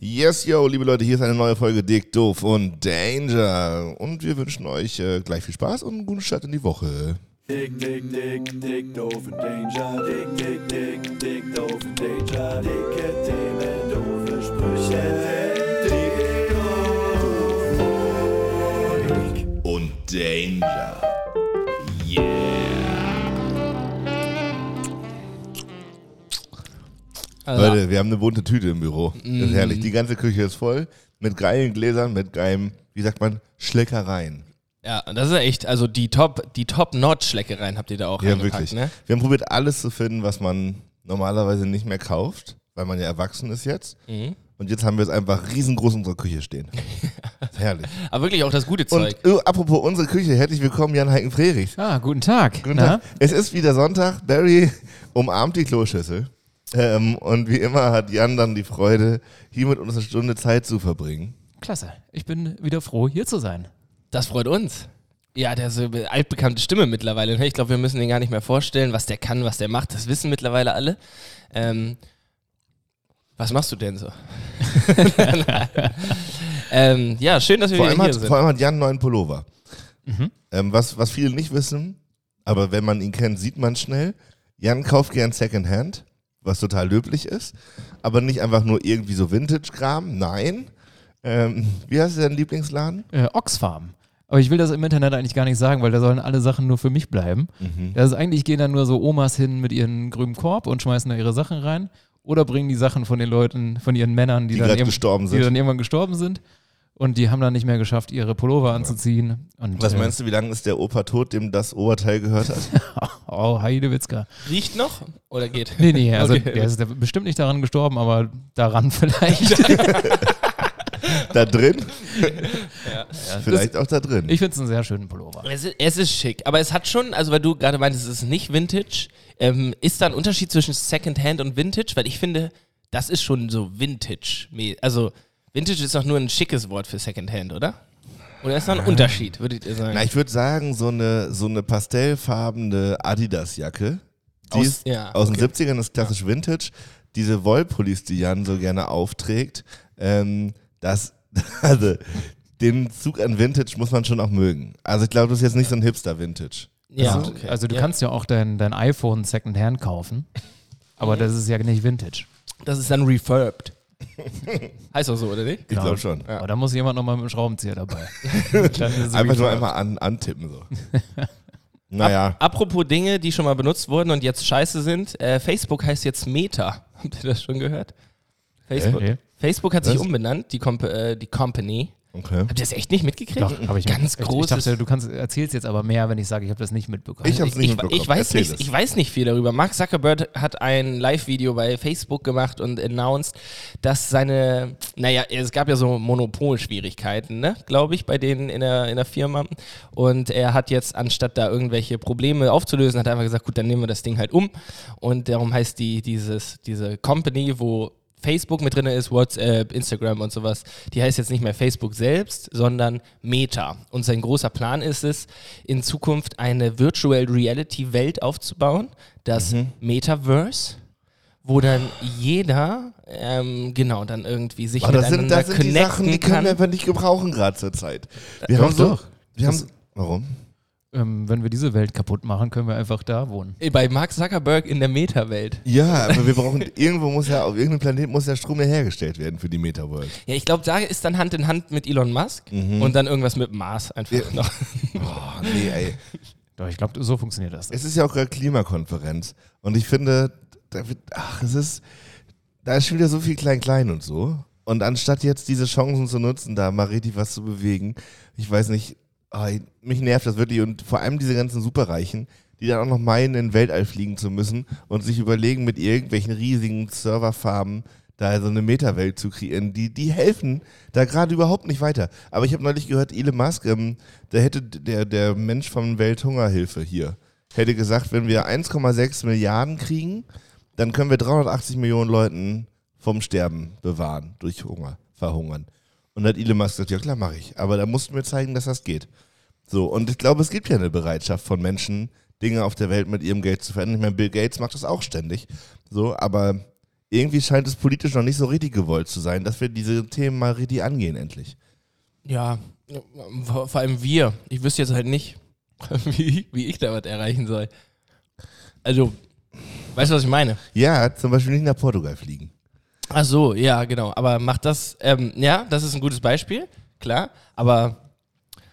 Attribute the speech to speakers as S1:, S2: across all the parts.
S1: Yes, yo, liebe Leute, hier ist eine neue Folge Dick, Doof und Danger. Und wir wünschen euch äh, gleich viel Spaß und einen guten Start in die Woche.
S2: Dick, dick, dick, dick, doof und danger. Dick, dick, dick, dick, doof und danger. Dicke Themen, doofe Sprüche. Dick, doof und dick.
S1: Und Danger. Yeah.
S3: Also,
S1: Leute, wir haben eine bunte Tüte im Büro. Das ist herrlich. Die ganze Küche ist voll mit geilen Gläsern, mit geilen, wie sagt man, Schleckereien.
S3: Ja, das ist echt, also die Top, die Top-Notch-Schleckereien habt ihr da auch
S1: Ja,
S3: reingepackt,
S1: wirklich.
S3: ne?
S1: Wir haben probiert, alles zu finden, was man normalerweise nicht mehr kauft, weil man ja erwachsen ist jetzt.
S3: Mhm.
S1: Und jetzt haben wir es einfach riesengroß in unserer Küche stehen. Herrlich.
S3: Aber wirklich auch das gute
S1: Und
S3: Zeug.
S1: äh, apropos unsere Küche, herzlich willkommen, Jan Heiken Frerich.
S4: Ah, guten Tag.
S1: Guten
S4: Na?
S1: Tag. Es ist wieder Sonntag. Barry umarmt die Kloschüssel. Ähm, und wie immer hat Jan dann die Freude, hier mit uns eine Stunde Zeit zu verbringen.
S4: Klasse. Ich bin wieder froh, hier zu sein.
S3: das freut uns. Ja, der ist eine altbekannte Stimme mittlerweile. ne? Ich glaube, wir müssen den gar nicht mehr vorstellen, was der kann, was der macht. Das wissen mittlerweile alle. Ähm, was machst du denn so? ähm, ja, schön, dass wir
S1: Vor
S3: wieder
S1: allem,
S3: hier
S1: hat,
S3: sind. Mhm.
S1: vor allem hat Jan einen neuen Pullover. Ähm, was, was viele nicht wissen, aber wenn man ihn kennt, sieht man schnell. Jan kauft gern Secondhand, was total löblich ist. Aber nicht einfach nur irgendwie so Vintage-Kram, nein. Ähm, wie heißt dein Lieblingsladen?
S4: Äh, Oxfarm. Aber ich will das im Internet eigentlich gar nicht sagen, weil da sollen alle Sachen nur für mich bleiben.
S1: Mhm.
S4: Das ist eigentlich gehen da nur so Omas hin mit ihren grünen Korb und schmeißen da ihre Sachen rein oder bringen die Sachen von den Leuten, von ihren Männern, die,
S1: Die
S4: dann,
S1: gerade
S4: eben-
S1: gestorben sind.
S4: die dann irgendwann gestorben sind und die haben dann nicht mehr geschafft, ihre Pullover anzuziehen. Und, äh,
S1: Was meinst du, wie lange ist der Opa tot, dem das Oberteil gehört hat?
S4: du? Oh, Heidewitzka.
S3: Riecht noch oder geht?
S4: Nee, nee, also
S3: Okay.
S4: der ist der- bestimmt nicht daran gestorben, aber daran vielleicht.
S1: da drin? Vielleicht auch da drin.
S4: ich finde es einen sehr schönen Pullover.
S3: Es ist, es ist schick, aber es hat schon, also weil du gerade meintest, es ist nicht Vintage, ähm, ist da ein Unterschied zwischen Secondhand und Vintage? Weil ich finde, das ist schon so Vintage. mä- Also Vintage ist doch nur ein schickes Wort für Secondhand, oder? Oder ist da ein
S4: Äh.
S3: Unterschied, würdet ihr sagen?
S1: Na, ich würde sagen, so eine, so eine pastellfarbene Adidas-Jacke. Die
S3: Aus-
S1: ist
S3: ja,
S1: aus
S3: okay.
S1: den 70ern, ist klassisch Vintage. Diese Wollpullis, die Jan so gerne aufträgt, ähm, das, also, den Zug an Vintage muss man schon auch mögen. Also, ich glaube, das ist jetzt nicht so ein Hipster-Vintage.
S3: ja,
S4: also,
S3: okay.
S4: also du
S3: ja.
S4: kannst ja auch dein, dein iPhone Secondhand kaufen, aber das ist ja nicht Vintage.
S3: Das ist dann refurbed. heißt auch so, oder nicht?
S1: Ich glaube
S3: Also,
S1: schon.
S4: Aber da muss jemand nochmal mit dem Schraubenzieher dabei. Dann ist es
S1: Einfach
S4: wieder-
S1: nur einmal an, antippen, so. naja.
S3: Apropos Dinge, die schon mal benutzt wurden und jetzt scheiße sind, äh, Facebook heißt jetzt Meta. Habt ihr das schon gehört? Facebook,
S4: Nee.
S3: Facebook hat sich
S1: Was?
S3: umbenannt, die, Comp äh, die Company.
S1: Okay.
S3: Habt ihr das echt nicht mitgekriegt?
S4: Doch, hab ich
S3: Ganz
S4: ich,
S3: großes-
S4: Ich dachte, du kannst, erzählst jetzt aber mehr, wenn ich sage, ich habe das nicht mitbekommen.
S1: Ich hab's nicht
S3: ich,
S1: mitbekommen.
S3: ich, weiß
S1: Erzähl
S3: nicht,
S1: es.
S3: ich weiß nicht viel darüber. Mark Zuckerberg hat ein Live-Video bei Facebook gemacht und announced, dass seine, naja, es gab ja so Monopolschwierigkeiten, ne, glaube ich, bei denen in der, in der Firma. Und er hat jetzt, anstatt da irgendwelche Probleme aufzulösen, hat er einfach gesagt, gut, dann nehmen wir das Ding halt um. Und darum heißt die, dieses, diese Company, wo Facebook mit drin ist, WhatsApp, Instagram und sowas, die heißt jetzt nicht mehr Facebook selbst, sondern Meta. Und sein großer Plan ist es, in Zukunft eine Virtual Reality Welt aufzubauen, das
S1: Mhm.
S3: Metaverse, wo dann jeder, ähm, genau, dann irgendwie sich
S1: Aber das sind,
S3: miteinander
S1: das sind die
S3: connecten
S1: Sachen, die können
S3: kann.
S1: wir einfach nicht gebrauchen gerade zur Zeit. Wir haben so,
S4: doch.
S1: wir haben, warum?
S4: Ähm, wenn wir diese Welt kaputt machen, können wir einfach da wohnen.
S3: Bei Mark Zuckerberg in der Meta-Welt.
S1: Ja, aber wir brauchen irgendwo muss ja auf irgendeinem Planeten muss ja Strom ja hergestellt werden für die Metaverse.
S3: Ja, ich glaube, da ist dann Hand in Hand mit Elon Musk
S1: Mhm.
S3: und dann irgendwas mit Mars einfach noch.
S1: Oh, nee, ey.
S4: Doch, ich glaube, so funktioniert das.
S1: Es ist ja auch gerade Klimakonferenz und ich finde, da wird, ach, es ist, da ist schon wieder so viel Klein-Klein und so. Und anstatt jetzt diese Chancen zu nutzen, da mal richtig was zu bewegen, ich weiß nicht, ah, mich nervt das wirklich und vor allem diese ganzen Superreichen, die dann auch noch meinen, in den Weltall fliegen zu müssen und sich überlegen, mit irgendwelchen riesigen Serverfarmen da so eine Meta-Welt zu kreieren, die, die helfen da gerade überhaupt nicht weiter. Aber ich habe neulich gehört, Elon Musk, ähm, der hätte der, der Mensch von Welthungerhilfe hier, hätte gesagt, wenn wir 1,6 Milliarden kriegen, dann können wir 380 Millionen Leuten vom Sterben bewahren, durch Hunger, verhungern. Und dann hat Elon Musk gesagt, ja klar, mache ich. Aber da mussten wir zeigen, dass das geht. So, und ich glaube, es gibt ja eine Bereitschaft von Menschen, Dinge auf der Welt mit ihrem Geld zu verändern. Ich meine, Bill Gates macht das auch ständig. So, aber irgendwie scheint es politisch noch nicht so richtig gewollt zu sein, dass wir diese Themen mal richtig angehen endlich.
S3: Ja, vor, vor allem wir. Ich wüsste jetzt halt nicht, wie, wie ich da was erreichen soll. Also, weißt du, was ich meine?
S1: Ja, zum Beispiel nicht nach Portugal fliegen.
S3: Ach so, ja, genau. Aber macht das, ähm, ja, das ist ein gutes Beispiel, klar. Aber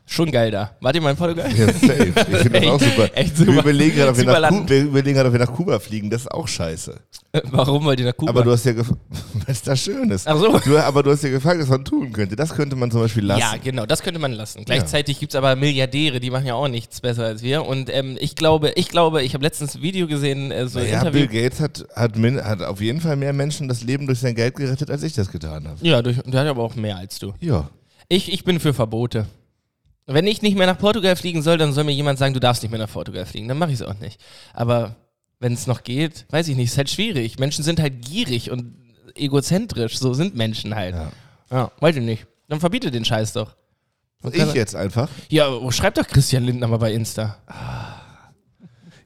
S3: schon geil da. Wart ihr mal in Portugal?
S1: Ja, safe. Ich finde das auch
S3: Echt-
S1: super.
S3: echt super.
S1: Wir überlegen gerade, ob wir,
S3: Super
S1: nach Ku-
S3: Land.
S1: wir überlegen gerade, ob wir nach Kuba fliegen. Das ist auch scheiße.
S3: Warum wollt ihr nach Kuba?
S1: Aber du hast ja gefragt, was da schön ist.
S3: Ach so.
S1: Du, aber du hast ja gefragt, was man tun könnte. Das könnte man zum Beispiel lassen.
S3: Ja, genau, das könnte man lassen. Gleichzeitig gibt's aber Milliardäre, die machen ja auch nichts besser als wir. Und ähm, ich glaube, ich glaube, ich habe letztens ein Video gesehen, äh, so ein
S1: Ja,
S3: Interview.
S1: Bill Gates hat, hat, min, hat auf jeden Fall mehr Menschen das Leben durch sein Geld gerettet, als ich das getan habe.
S3: Ja, durch, der hat aber auch mehr als du.
S1: Ja.
S3: Ich, ich bin für Verbote. Wenn ich nicht mehr nach Portugal fliegen soll, dann soll mir jemand sagen, du darfst nicht mehr nach Portugal fliegen. Dann mache ich es auch nicht. Aber wenn es noch geht, weiß ich nicht, ist halt schwierig. Menschen sind halt gierig und egozentrisch. So sind Menschen halt. Ja,
S1: Ja.
S3: weiß ich nicht. Dann verbiete den Scheiß doch.
S1: Und ich jetzt einfach.
S3: Ja, oh, schreib doch Christian Lindner mal bei Insta.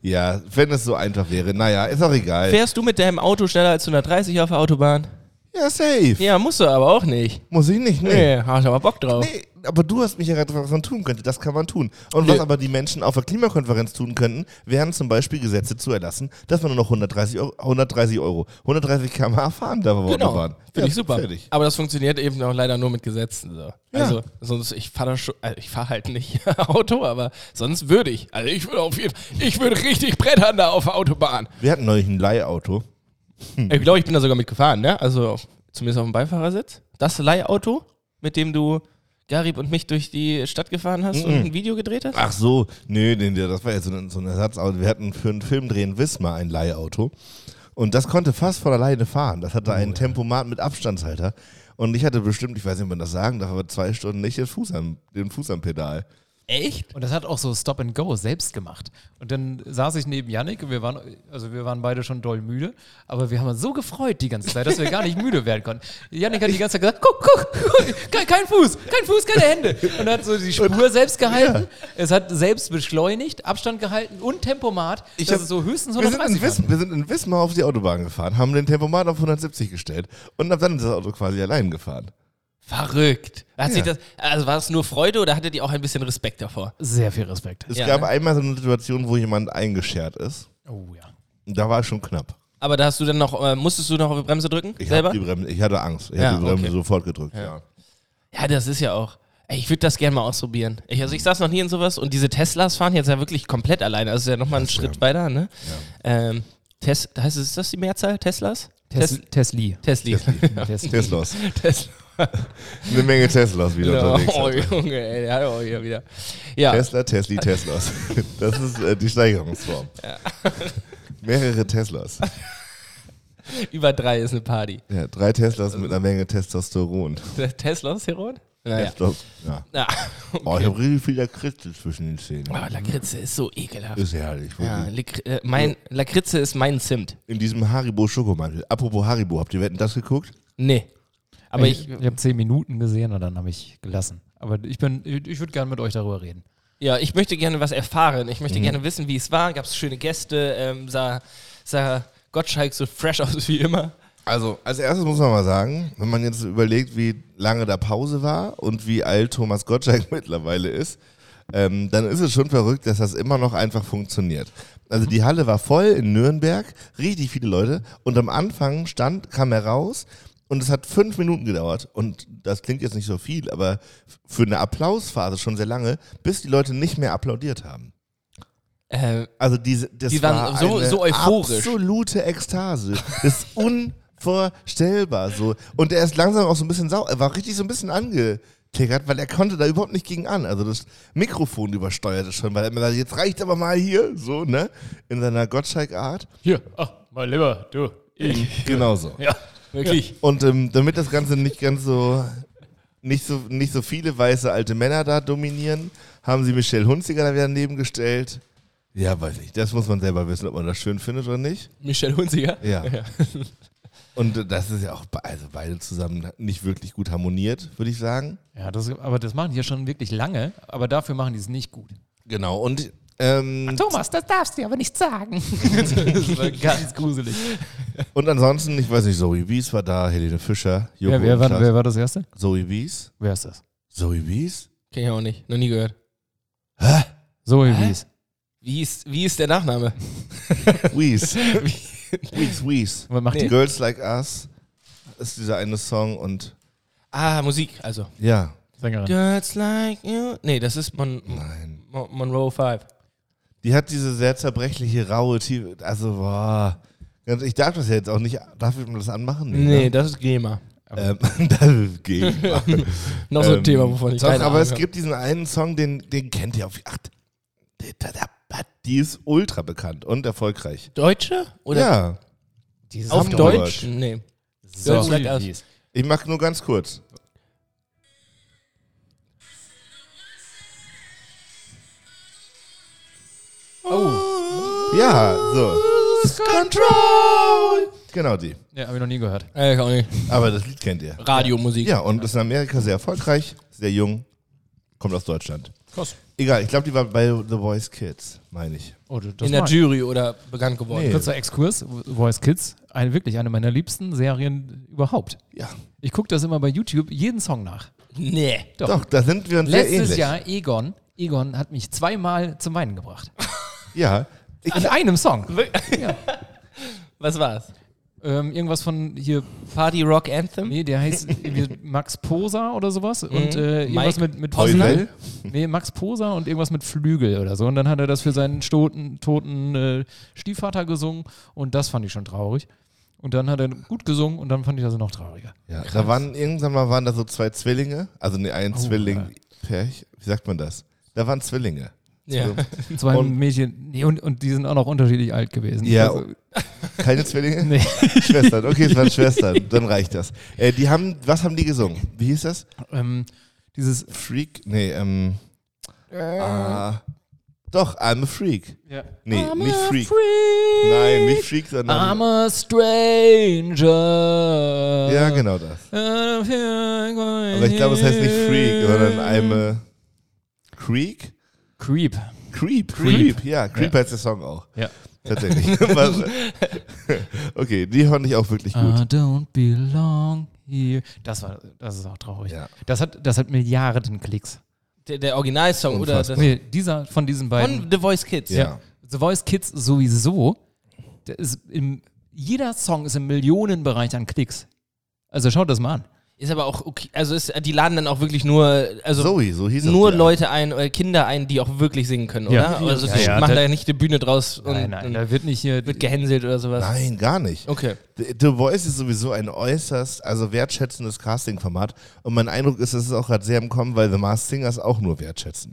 S1: Ja, wenn es so einfach wäre. Naja, ist auch egal.
S3: Fährst du mit deinem Auto schneller als 130 auf der Autobahn?
S1: Ja, safe.
S3: Ja, musst du aber auch nicht.
S1: Muss ich nicht, nee.
S3: Nee, hab ich aber Bock drauf.
S1: Nee, aber du hast mich ja gerade was man tun könnte. Das kann man tun. Und
S3: Nee.
S1: was aber die Menschen auf der Klimakonferenz tun könnten, wären zum Beispiel Gesetze zu erlassen, dass man nur noch 130 Euro, 130 Euro, 130 km/h fahren darf. auf
S3: Genau,
S1: Autobahn.
S3: finde
S1: Ja,
S3: ich super.
S1: Fertig.
S3: Aber das funktioniert eben auch leider nur mit Gesetzen. So. Also sonst, ich fahre fahr halt nicht Auto, aber sonst würde ich. Also ich würde auf jeden ich würde richtig brettern da auf der Autobahn.
S1: Wir hatten neulich ein Leihauto. Hm.
S3: Ich glaube, ich bin da sogar mitgefahren, ne? Also zumindest auf dem Beifahrersitz. Das Leihauto, mit dem du Garib und mich durch die Stadt gefahren
S1: Mhm.
S3: hast und ein Video gedreht hast?
S1: Ach so, nö, nee, nee, das war jetzt so ein, so ein Ersatzauto. Wir hatten für einen Filmdreh in Wismar ein Leihauto. Und das konnte fast von alleine fahren. Das hatte
S3: Oh,
S1: einen Tempomat mit Abstandshalter. Und ich hatte bestimmt, ich weiß nicht, ob man das sagen darf, aber zwei Stunden nicht den Fuß am, den Fuß am Pedal.
S3: Echt?
S4: Und das hat auch so Stop and Go selbst gemacht. Und dann saß ich neben Yannick und wir waren, also wir waren beide schon doll müde, aber wir haben uns so gefreut die ganze Zeit, dass wir gar nicht müde werden konnten. Yannick hat die ganze Zeit gesagt, guck, guck, guck kein, kein Fuß, kein Fuß, keine Hände. Und hat so die Spur selbst gehalten, es hat selbst beschleunigt, Abstand gehalten und Tempomat.
S1: Ich
S4: das
S1: hab-
S4: ist so höchstens
S1: Wir sind, in
S4: 130 war.
S1: Wismar, wir sind in Wismar auf die Autobahn gefahren, haben den Tempomat auf 170 gestellt und haben dann das Auto quasi allein gefahren.
S3: Verrückt. Hat sich
S1: Ja.
S3: das, also war es nur Freude oder hattet ihr auch ein bisschen Respekt davor?
S4: Sehr viel Respekt.
S1: Es
S3: Ja,
S1: gab
S3: ne?
S1: einmal so eine Situation, wo jemand eingeschert ist.
S4: Oh ja.
S1: Da war es schon knapp.
S3: Aber da hast du dann noch, äh, musstest du noch auf die Bremse drücken?
S1: Ich,
S3: selber?
S1: hab die Bremse, ich hatte Angst. Ich
S3: Ja,
S1: habe die Bremse
S3: okay.
S1: sofort gedrückt. Ja.
S3: Ja, das ist ja auch. Ey, ich würde das gerne mal ausprobieren. Ich, also ich saß noch nie in sowas und diese Teslas fahren jetzt ja wirklich komplett alleine. Also ist ja nochmal ein Schritt weiter, ne? Ähm, Tes heißt es, ist das die Mehrzahl? Teslas?
S4: Tes Tesli.
S3: Tesli.
S1: Teslas.
S3: Tesla.
S1: Eine Menge Teslas wieder unterwegs.
S3: Oh, Junge, ey, der hat auch hier wieder. Ja,
S1: Tesla, Tesli, Teslas. Das ist äh, die Steigerungsform. Mehrere Teslas.
S3: über drei ist eine Party.
S1: Ja, drei Teslas mit einer Menge Testosteron.
S3: Teslas, Heron? Naja.
S1: Testos- Ja.
S3: Ja.
S1: Oh, ich habe richtig viel Lakritze zwischen den Zähnen.
S3: Oh, Lakritze ist so ekelhaft.
S1: Ist herrlich.
S3: Ja,
S1: wirklich.
S3: Lakri- äh, mein, Lakritze ist mein Zimt.
S1: in diesem Haribo Schokomantel. Apropos Haribo, habt ihr Wetten das geguckt?
S3: Nee. Aber ich,
S4: ich habe zehn Minuten gesehen und dann habe ich gelassen. Aber ich bin, ich, ich würde gerne mit euch darüber reden.
S3: ja, ich möchte gerne was erfahren. Ich
S1: Mhm.
S3: möchte gerne wissen, wie es war. Gab es schöne Gäste? Ähm, sah, sah Gottschalk so fresh aus wie immer?
S1: Also, als erstes muss man mal sagen, wenn man jetzt überlegt, wie lange da Pause war und wie alt Thomas Gottschalk mittlerweile ist, ähm, dann ist es schon verrückt, dass das immer noch einfach funktioniert. Also die Halle war voll in Nürnberg, richtig viele Leute und am Anfang stand, kam er raus und es hat fünf Minuten gedauert und das klingt jetzt nicht so viel, aber für eine Applausphase schon sehr lange, bis die Leute nicht mehr applaudiert haben.
S3: Äh,
S1: Also diese, das
S3: Die waren
S1: war
S3: so-
S1: eine
S3: so euphorisch.
S1: Absolute Ekstase. Das ist unvorstellbar so. Und er ist langsam auch so ein bisschen sauer. Er war richtig so ein bisschen angekleckert, weil er konnte da überhaupt nicht gegen an. Also das Mikrofon übersteuerte schon, weil er immer sagt, jetzt reicht aber mal hier, so, ne? In seiner Gottschalk-Art.
S4: Hier, ach, mein Lieber, du.
S1: Genau so.
S4: Ja,
S3: wirklich.
S1: Und ähm, damit das Ganze nicht ganz so nicht, so nicht so viele weiße alte Männer da dominieren, haben sie Michelle Hunziger da wieder nebengestellt. Ja, weiß ich. Das muss man selber wissen, ob man das schön findet oder nicht.
S3: Michel Hunziger?
S1: Ja. Und das ist ja auch, be- also beide zusammen nicht wirklich gut harmoniert, würde ich sagen.
S4: Ja, das, aber das machen die ja schon wirklich lange, aber dafür machen die es nicht gut.
S1: Genau, und Ähm,
S4: Thomas, das darfst du aber nicht sagen. das war ganz gruselig.
S1: und ansonsten, ich weiß nicht, Zoe Wies war da, Helene Fischer, Joko
S4: Ja, wer,
S1: und
S4: war,
S1: Klaas.
S4: wer war das Erste?
S1: Zoe Wies?
S4: Wer ist das?
S1: Zoe Wies?
S3: Kenn ich auch nicht. Noch nie gehört.
S4: Zoe Wies.
S3: Wie ist, wie ist der Nachname?
S1: Wies. Wies, Wies.
S4: Was macht
S3: Nee.
S4: die?
S1: Girls Like Us ist dieser eine Song und
S3: Ah, Musik, also.
S1: ja,
S4: Sängerin?
S3: Girls like you. Nee, das ist Mon
S1: nein.
S3: Mon Monroe 5.
S1: Die hat diese sehr zerbrechliche, raue Tiefe. Also, boah. Ganz- Ich darf das ja jetzt auch nicht. Darf ich mir das anmachen?
S3: Nee,
S1: ne?
S3: das ist GEMA.
S1: Ähm, das gehe ich mal.
S3: Noch so ein
S1: Ähm,
S3: Thema, wovon ich
S1: Doch,
S3: keine
S1: aber
S3: Ahnung
S1: es
S3: hab.
S1: gibt diesen einen Song, den, den kennt ihr auf. Ach, die- da- da- da- die ist ultra bekannt und erfolgreich.
S3: Deutsche? Oder
S1: ja,
S3: auf
S1: Hamburg.
S3: Deutsch? Nee. Girls Like Us.
S4: Wies.
S1: ich mach nur ganz kurz. Ja, so.
S3: Oh. Control!
S1: Genau die.
S4: Ja, habe ich noch nie gehört.
S3: Äh, kann auch nicht.
S1: Aber das Lied kennt ihr.
S3: Radiomusik.
S1: Ja, und ist in Amerika sehr erfolgreich, sehr jung, kommt aus Deutschland.
S3: Krass.
S1: Egal, ich glaube, die war bei The Voice Kids, meine ich.
S4: Oh, das
S3: In der Jury oder bekannt geworden.
S1: Nee.
S4: Kurzer Exkurs, Voice Kids, eine, wirklich eine meiner liebsten Serien überhaupt.
S1: Ja.
S4: Ich gucke das immer bei YouTube jeden Song nach.
S3: Nee.
S1: Doch, da sind wir uns sehr
S4: Letztes
S1: ähnlich.
S4: Jahr Egon, Egon hat mich zweimal zum Weinen gebracht. Ah,
S1: Ja. Ich,
S4: In einem Song.
S3: Was war's?
S4: Ähm, irgendwas von hier,
S3: Party Rock Anthem?
S4: nee, der heißt irgendwie Max Poser oder sowas und äh, irgendwas
S3: Mike
S4: mit, mit
S1: Posner?
S4: Nee, Max Poser und irgendwas mit Flügel oder so. Und dann hat er das für seinen toten, toten äh, Stiefvater gesungen und das fand ich schon traurig. Und dann hat er gut gesungen und dann fand ich das noch trauriger.
S1: ja da waren irgendwann mal waren da so zwei Zwillinge, also nee,
S4: Oh,
S1: ein Zwilling, Pärch, wie sagt man das? Da waren Zwillinge.
S3: Ja.
S4: Zwei
S1: Und-
S4: Mädchen, nee, und, und die sind auch noch unterschiedlich alt gewesen.
S1: Ja.
S4: Also,
S1: Keine Zwillinge?
S4: nee.
S1: Schwestern. Okay, es waren Schwestern, dann reicht das. Äh, die haben, was haben die gesungen? Wie hieß das?
S4: ähm, dieses,
S1: Freak? Nee, ähm. Ah, doch, I'm a Freak.
S4: ja.
S1: Nee, nicht Freak.
S4: Freak.
S1: Nein, nicht Freak, sondern.
S4: I'm a stranger.
S1: ja, genau das.
S4: Aber
S1: Aber ich glaube, es heißt nicht Freak, sondern I'm a Creek?
S4: Creep.
S1: Creep, Creep, ja, Creep heißt der Song auch.
S4: Ja.
S1: Tatsächlich. Was- okay, die fand ich auch wirklich gut.
S4: I don't belong here. Das war, das ist auch traurig.
S1: Ja.
S4: Das hat, das hat Milliarden Klicks.
S3: Der, der Originalsong oder das
S1: Unfassbar.
S4: Nee, dieser von diesen beiden.
S3: von The Voice Kids.
S1: Ja.
S4: The Voice Kids sowieso, der ist im, jeder Song ist im Millionenbereich an Klicks. Also schaut das mal an.
S3: Ist aber auch okay. Also ist, die laden dann auch wirklich nur, also
S1: Zoe, so hieß
S3: nur
S1: das.
S3: Leute ein, oder Kinder ein, die auch wirklich singen können,
S4: Ja.
S3: oder? Also
S4: Ja,
S3: die
S4: ja,
S3: machen
S4: da-
S3: da ja nicht die Bühne draus und, und
S4: da wird nicht hier.
S3: wird gehänselt oder sowas.
S1: Nein, gar nicht.
S3: Okay.
S1: The The Voice ist sowieso ein äußerst, also wertschätzendes Casting-Format. Und mein Eindruck ist, es ist auch gerade sehr im Kommen, weil The Masked Singer ist auch nur wertschätzen.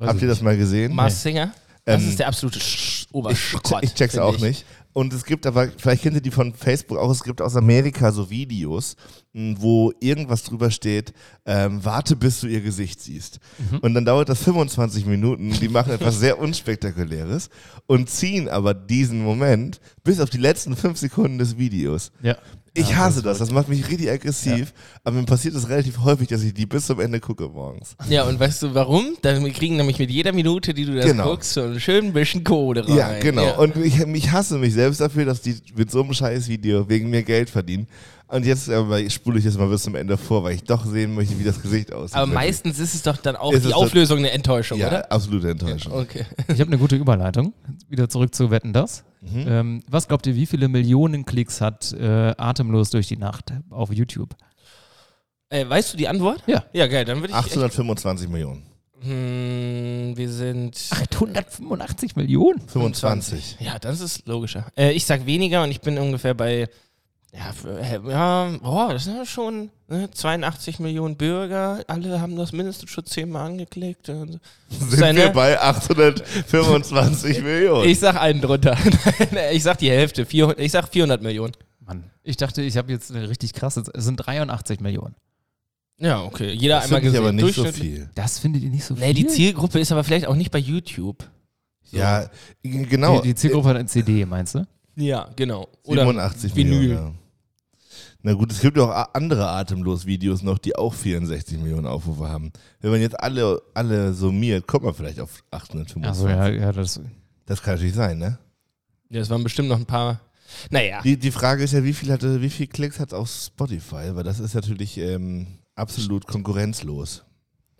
S1: Habt ihr das mal gesehen?
S3: Mars Singer? Das
S1: Ähm,
S3: ist der absolute Sch
S1: ich,
S3: Oberschrott.
S1: ich check's
S3: find
S1: auch nicht. Und es gibt aber, vielleicht kennt ihr die von Facebook auch, es gibt aus Amerika so Videos, m, wo irgendwas drüber steht, ähm, warte bis du ihr Gesicht siehst. Und dann dauert das 25 Minuten, die machen etwas sehr Unspektakuläres und ziehen aber diesen Moment bis auf die letzten fünf Sekunden des Videos.
S4: Ja.
S1: Ich hasse das, das macht mich richtig aggressiv, aber mir passiert es relativ häufig, dass ich die bis zum Ende gucke morgens.
S3: Ja, und weißt du warum? Dann, wir kriegen nämlich mit jeder Minute, die du das
S1: Genau.
S3: guckst, so einen schönen bisschen Kohle rein.
S1: Ja, genau. Und ich, ich hasse mich selbst dafür, dass die mit so einem scheiß Video wegen mir Geld verdienen. Und jetzt äh, spule ich das mal bis zum Ende vor, weil ich doch sehen möchte, wie das Gesicht aussieht.
S3: Aber meistens ist es doch dann auch
S1: Ist es
S3: die
S1: doch-
S3: Auflösung eine Enttäuschung,
S1: ja,
S3: oder?
S1: absolute Enttäuschung.
S3: Okay.
S4: Ich habe eine gute Überleitung. Wieder zurück zu Wetten das. Ähm, was glaubt ihr, wie viele Millionen Klicks hat äh, Atemlos durch die Nacht auf YouTube?
S3: Äh, weißt du die Antwort?
S4: Ja.
S3: Ja, geil, dann würde ich. Echt,
S1: 825 Millionen.
S3: hm, wir sind.
S4: 885 Millionen?
S1: 25.
S3: Ja, das ist logischer. Äh, ich sag weniger und ich bin ungefähr bei. Ja, f- äh, ja boah, das sind ja schon ne, 82 Millionen Bürger. Alle haben das mindestens schon zehnmal angeklickt. Und
S1: Sind wir bei 825 Millionen.
S3: ich sag einen drunter. Nein, ich sag die Hälfte. 400, ich sag 400 Millionen.
S4: Mann. Ich dachte, ich habe jetzt eine richtig krasse. Z- Es sind 83 Millionen.
S3: Ja, okay. Jeder
S1: das
S3: einmal
S1: finde ich
S3: gesehen.
S1: aber nicht so
S3: Durchschnittlich-
S1: viel.
S4: Das findet ihr nicht so viel.
S3: Nee, die Zielgruppe ist aber vielleicht auch nicht bei YouTube.
S1: Ja, g-
S4: Oh,
S1: genau.
S4: Die, die Zielgruppe hat ein CD, meinst du?
S3: Ja, genau. Oder
S1: 87
S3: Vinyl.
S1: Millionen. Ja. Na gut, es gibt ja auch a- andere Atemlos-Videos noch, die auch 64 Millionen Aufrufe haben. Wenn man jetzt alle, alle summiert, kommt man vielleicht auf 825.
S4: Achso,
S3: Also,
S4: ja, ja, das.
S1: Das kann natürlich sein, ne?
S3: Ja, es waren bestimmt noch ein paar. Naja,
S1: Die, die Frage ist ja, wie viel, hatte, wie viel Klicks hat auf Spotify? Weil das ist natürlich ähm, absolut konkurrenzlos.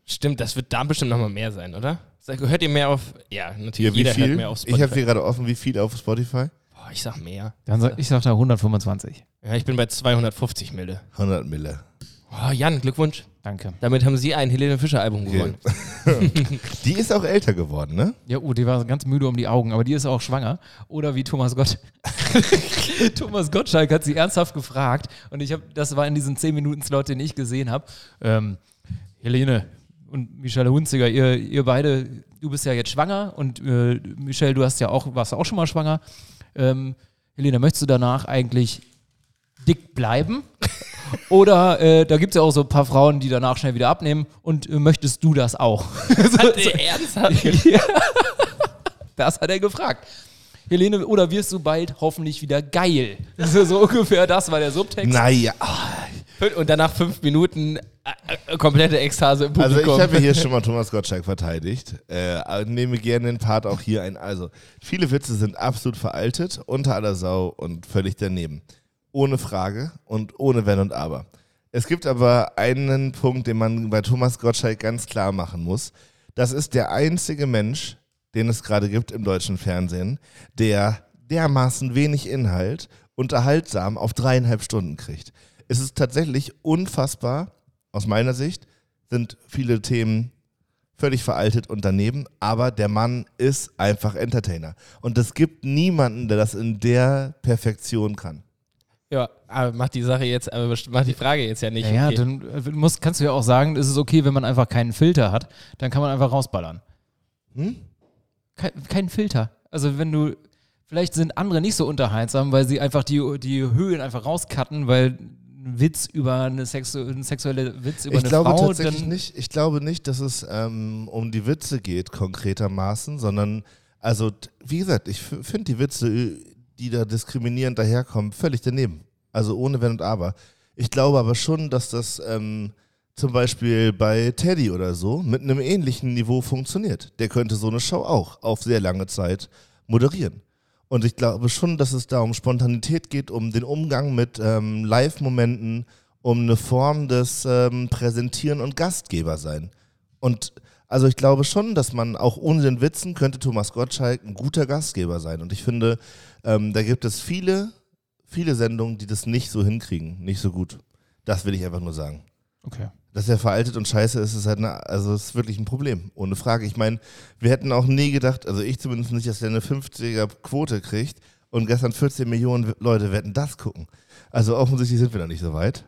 S3: stimmt, das wird da bestimmt nochmal mehr sein, oder? Sag, Hört ihr mehr auf. Ja, natürlich.
S1: wie
S3: jeder
S1: viel?
S3: hört mehr auf
S1: ich habe
S3: Spotify.
S1: hier gerade offen, wie viel auf Spotify?
S3: Boah, ich sag mehr.
S4: Dann sag, ich sag da 125.
S3: Ja, ich bin bei 250 Mille.
S1: 100 Mille.
S3: Oh, Jan, Glückwunsch.
S4: Danke.
S3: Damit haben Sie ein Helene Fischer-Album gewonnen.
S1: Die ist auch älter geworden, ne?
S4: Ja, oh, die war ganz müde um die Augen, aber die ist auch schwanger. Oder wie Thomas Gott. Thomas Gottschalk hat sie ernsthaft gefragt und ich habe, das war in diesem 10-Minuten-Slot, den ich gesehen habe. Ähm, Helene und Michelle Hunziger, ihr, ihr beide, du bist ja jetzt schwanger und äh, Michelle, du hast ja auch, warst auch schon mal schwanger. Ähm, Helene, möchtest du danach eigentlich dick bleiben? Oder äh, da gibt es ja auch so ein paar Frauen, die danach schnell wieder abnehmen und äh, möchtest du das auch?
S3: Hat er ernsthaft?
S4: Das hat er gefragt. Helene, oder wirst du bald hoffentlich wieder geil? Das ist so ungefähr das war der Subtext.
S1: Naja, ah,
S3: Und danach fünf Minuten äh, äh, komplette Ekstase im
S1: Also
S3: Publikum.
S1: ich habe hier schon mal Thomas Gottschalk verteidigt. Äh, nehme gerne den Part auch hier ein. Also, viele Witze sind absolut veraltet, unter aller Sau und völlig daneben. Ohne Frage und ohne Wenn und Aber. Es gibt aber einen Punkt, den man bei Thomas Gottschalk ganz klar machen muss. Das ist der einzige Mensch, den es gerade gibt im deutschen Fernsehen, der dermaßen wenig Inhalt unterhaltsam auf dreieinhalb Stunden kriegt. Es ist tatsächlich unfassbar, aus meiner Sicht, sind viele Themen völlig veraltet und daneben, aber der Mann ist einfach Entertainer. Und es gibt niemanden, der das in der Perfektion kann.
S3: ja, aber macht die Sache jetzt, aber macht die Frage jetzt ja nicht.
S4: Ja,
S3: Okay.
S4: dann äh, musst, kannst du ja auch sagen, es ist okay, wenn man einfach keinen Filter hat, dann kann man einfach rausballern.
S1: Hm?
S4: Kein, kein Filter. Also wenn du, vielleicht sind andere nicht so unterhaltsam, weil sie einfach die, die Höhen einfach rauscutten, weil ein Witz über eine, sexu ein sexuelle Witz über
S1: Ich
S4: eine
S1: glaube
S4: Frau,
S1: tatsächlich
S4: dann,
S1: nicht. Ich glaube nicht, dass es ähm, um die Witze geht, konkretermaßen, sondern, also, t- wie gesagt, ich f- finde die Witze, äh, die da diskriminierend daherkommen, völlig daneben. Also ohne Wenn und Aber. Ich glaube aber schon, dass das ähm, zum Beispiel bei Teddy oder so mit einem ähnlichen Niveau funktioniert. Der könnte so eine Show auch auf sehr lange Zeit moderieren. Und ich glaube schon, dass es da um Spontanität geht, um den Umgang mit ähm, Live-Momenten, um eine Form des ähm, Präsentieren und Gastgeber sein. Und also ich glaube schon, dass man auch ohne den Witzen könnte Thomas Gottschalk ein guter Gastgeber sein. Und ich finde, ähm, da gibt es viele, viele Sendungen, die das nicht so hinkriegen, nicht so gut. Das will ich einfach nur sagen.
S4: Okay.
S1: Dass er veraltet und scheiße ist, ist halt eine, also ist wirklich ein Problem, ohne Frage. Ich meine, wir hätten auch nie gedacht, also ich zumindest nicht, dass er eine 50er-Quote kriegt und gestern 14 Millionen Leute werden das gucken. Also offensichtlich sind wir da nicht so weit.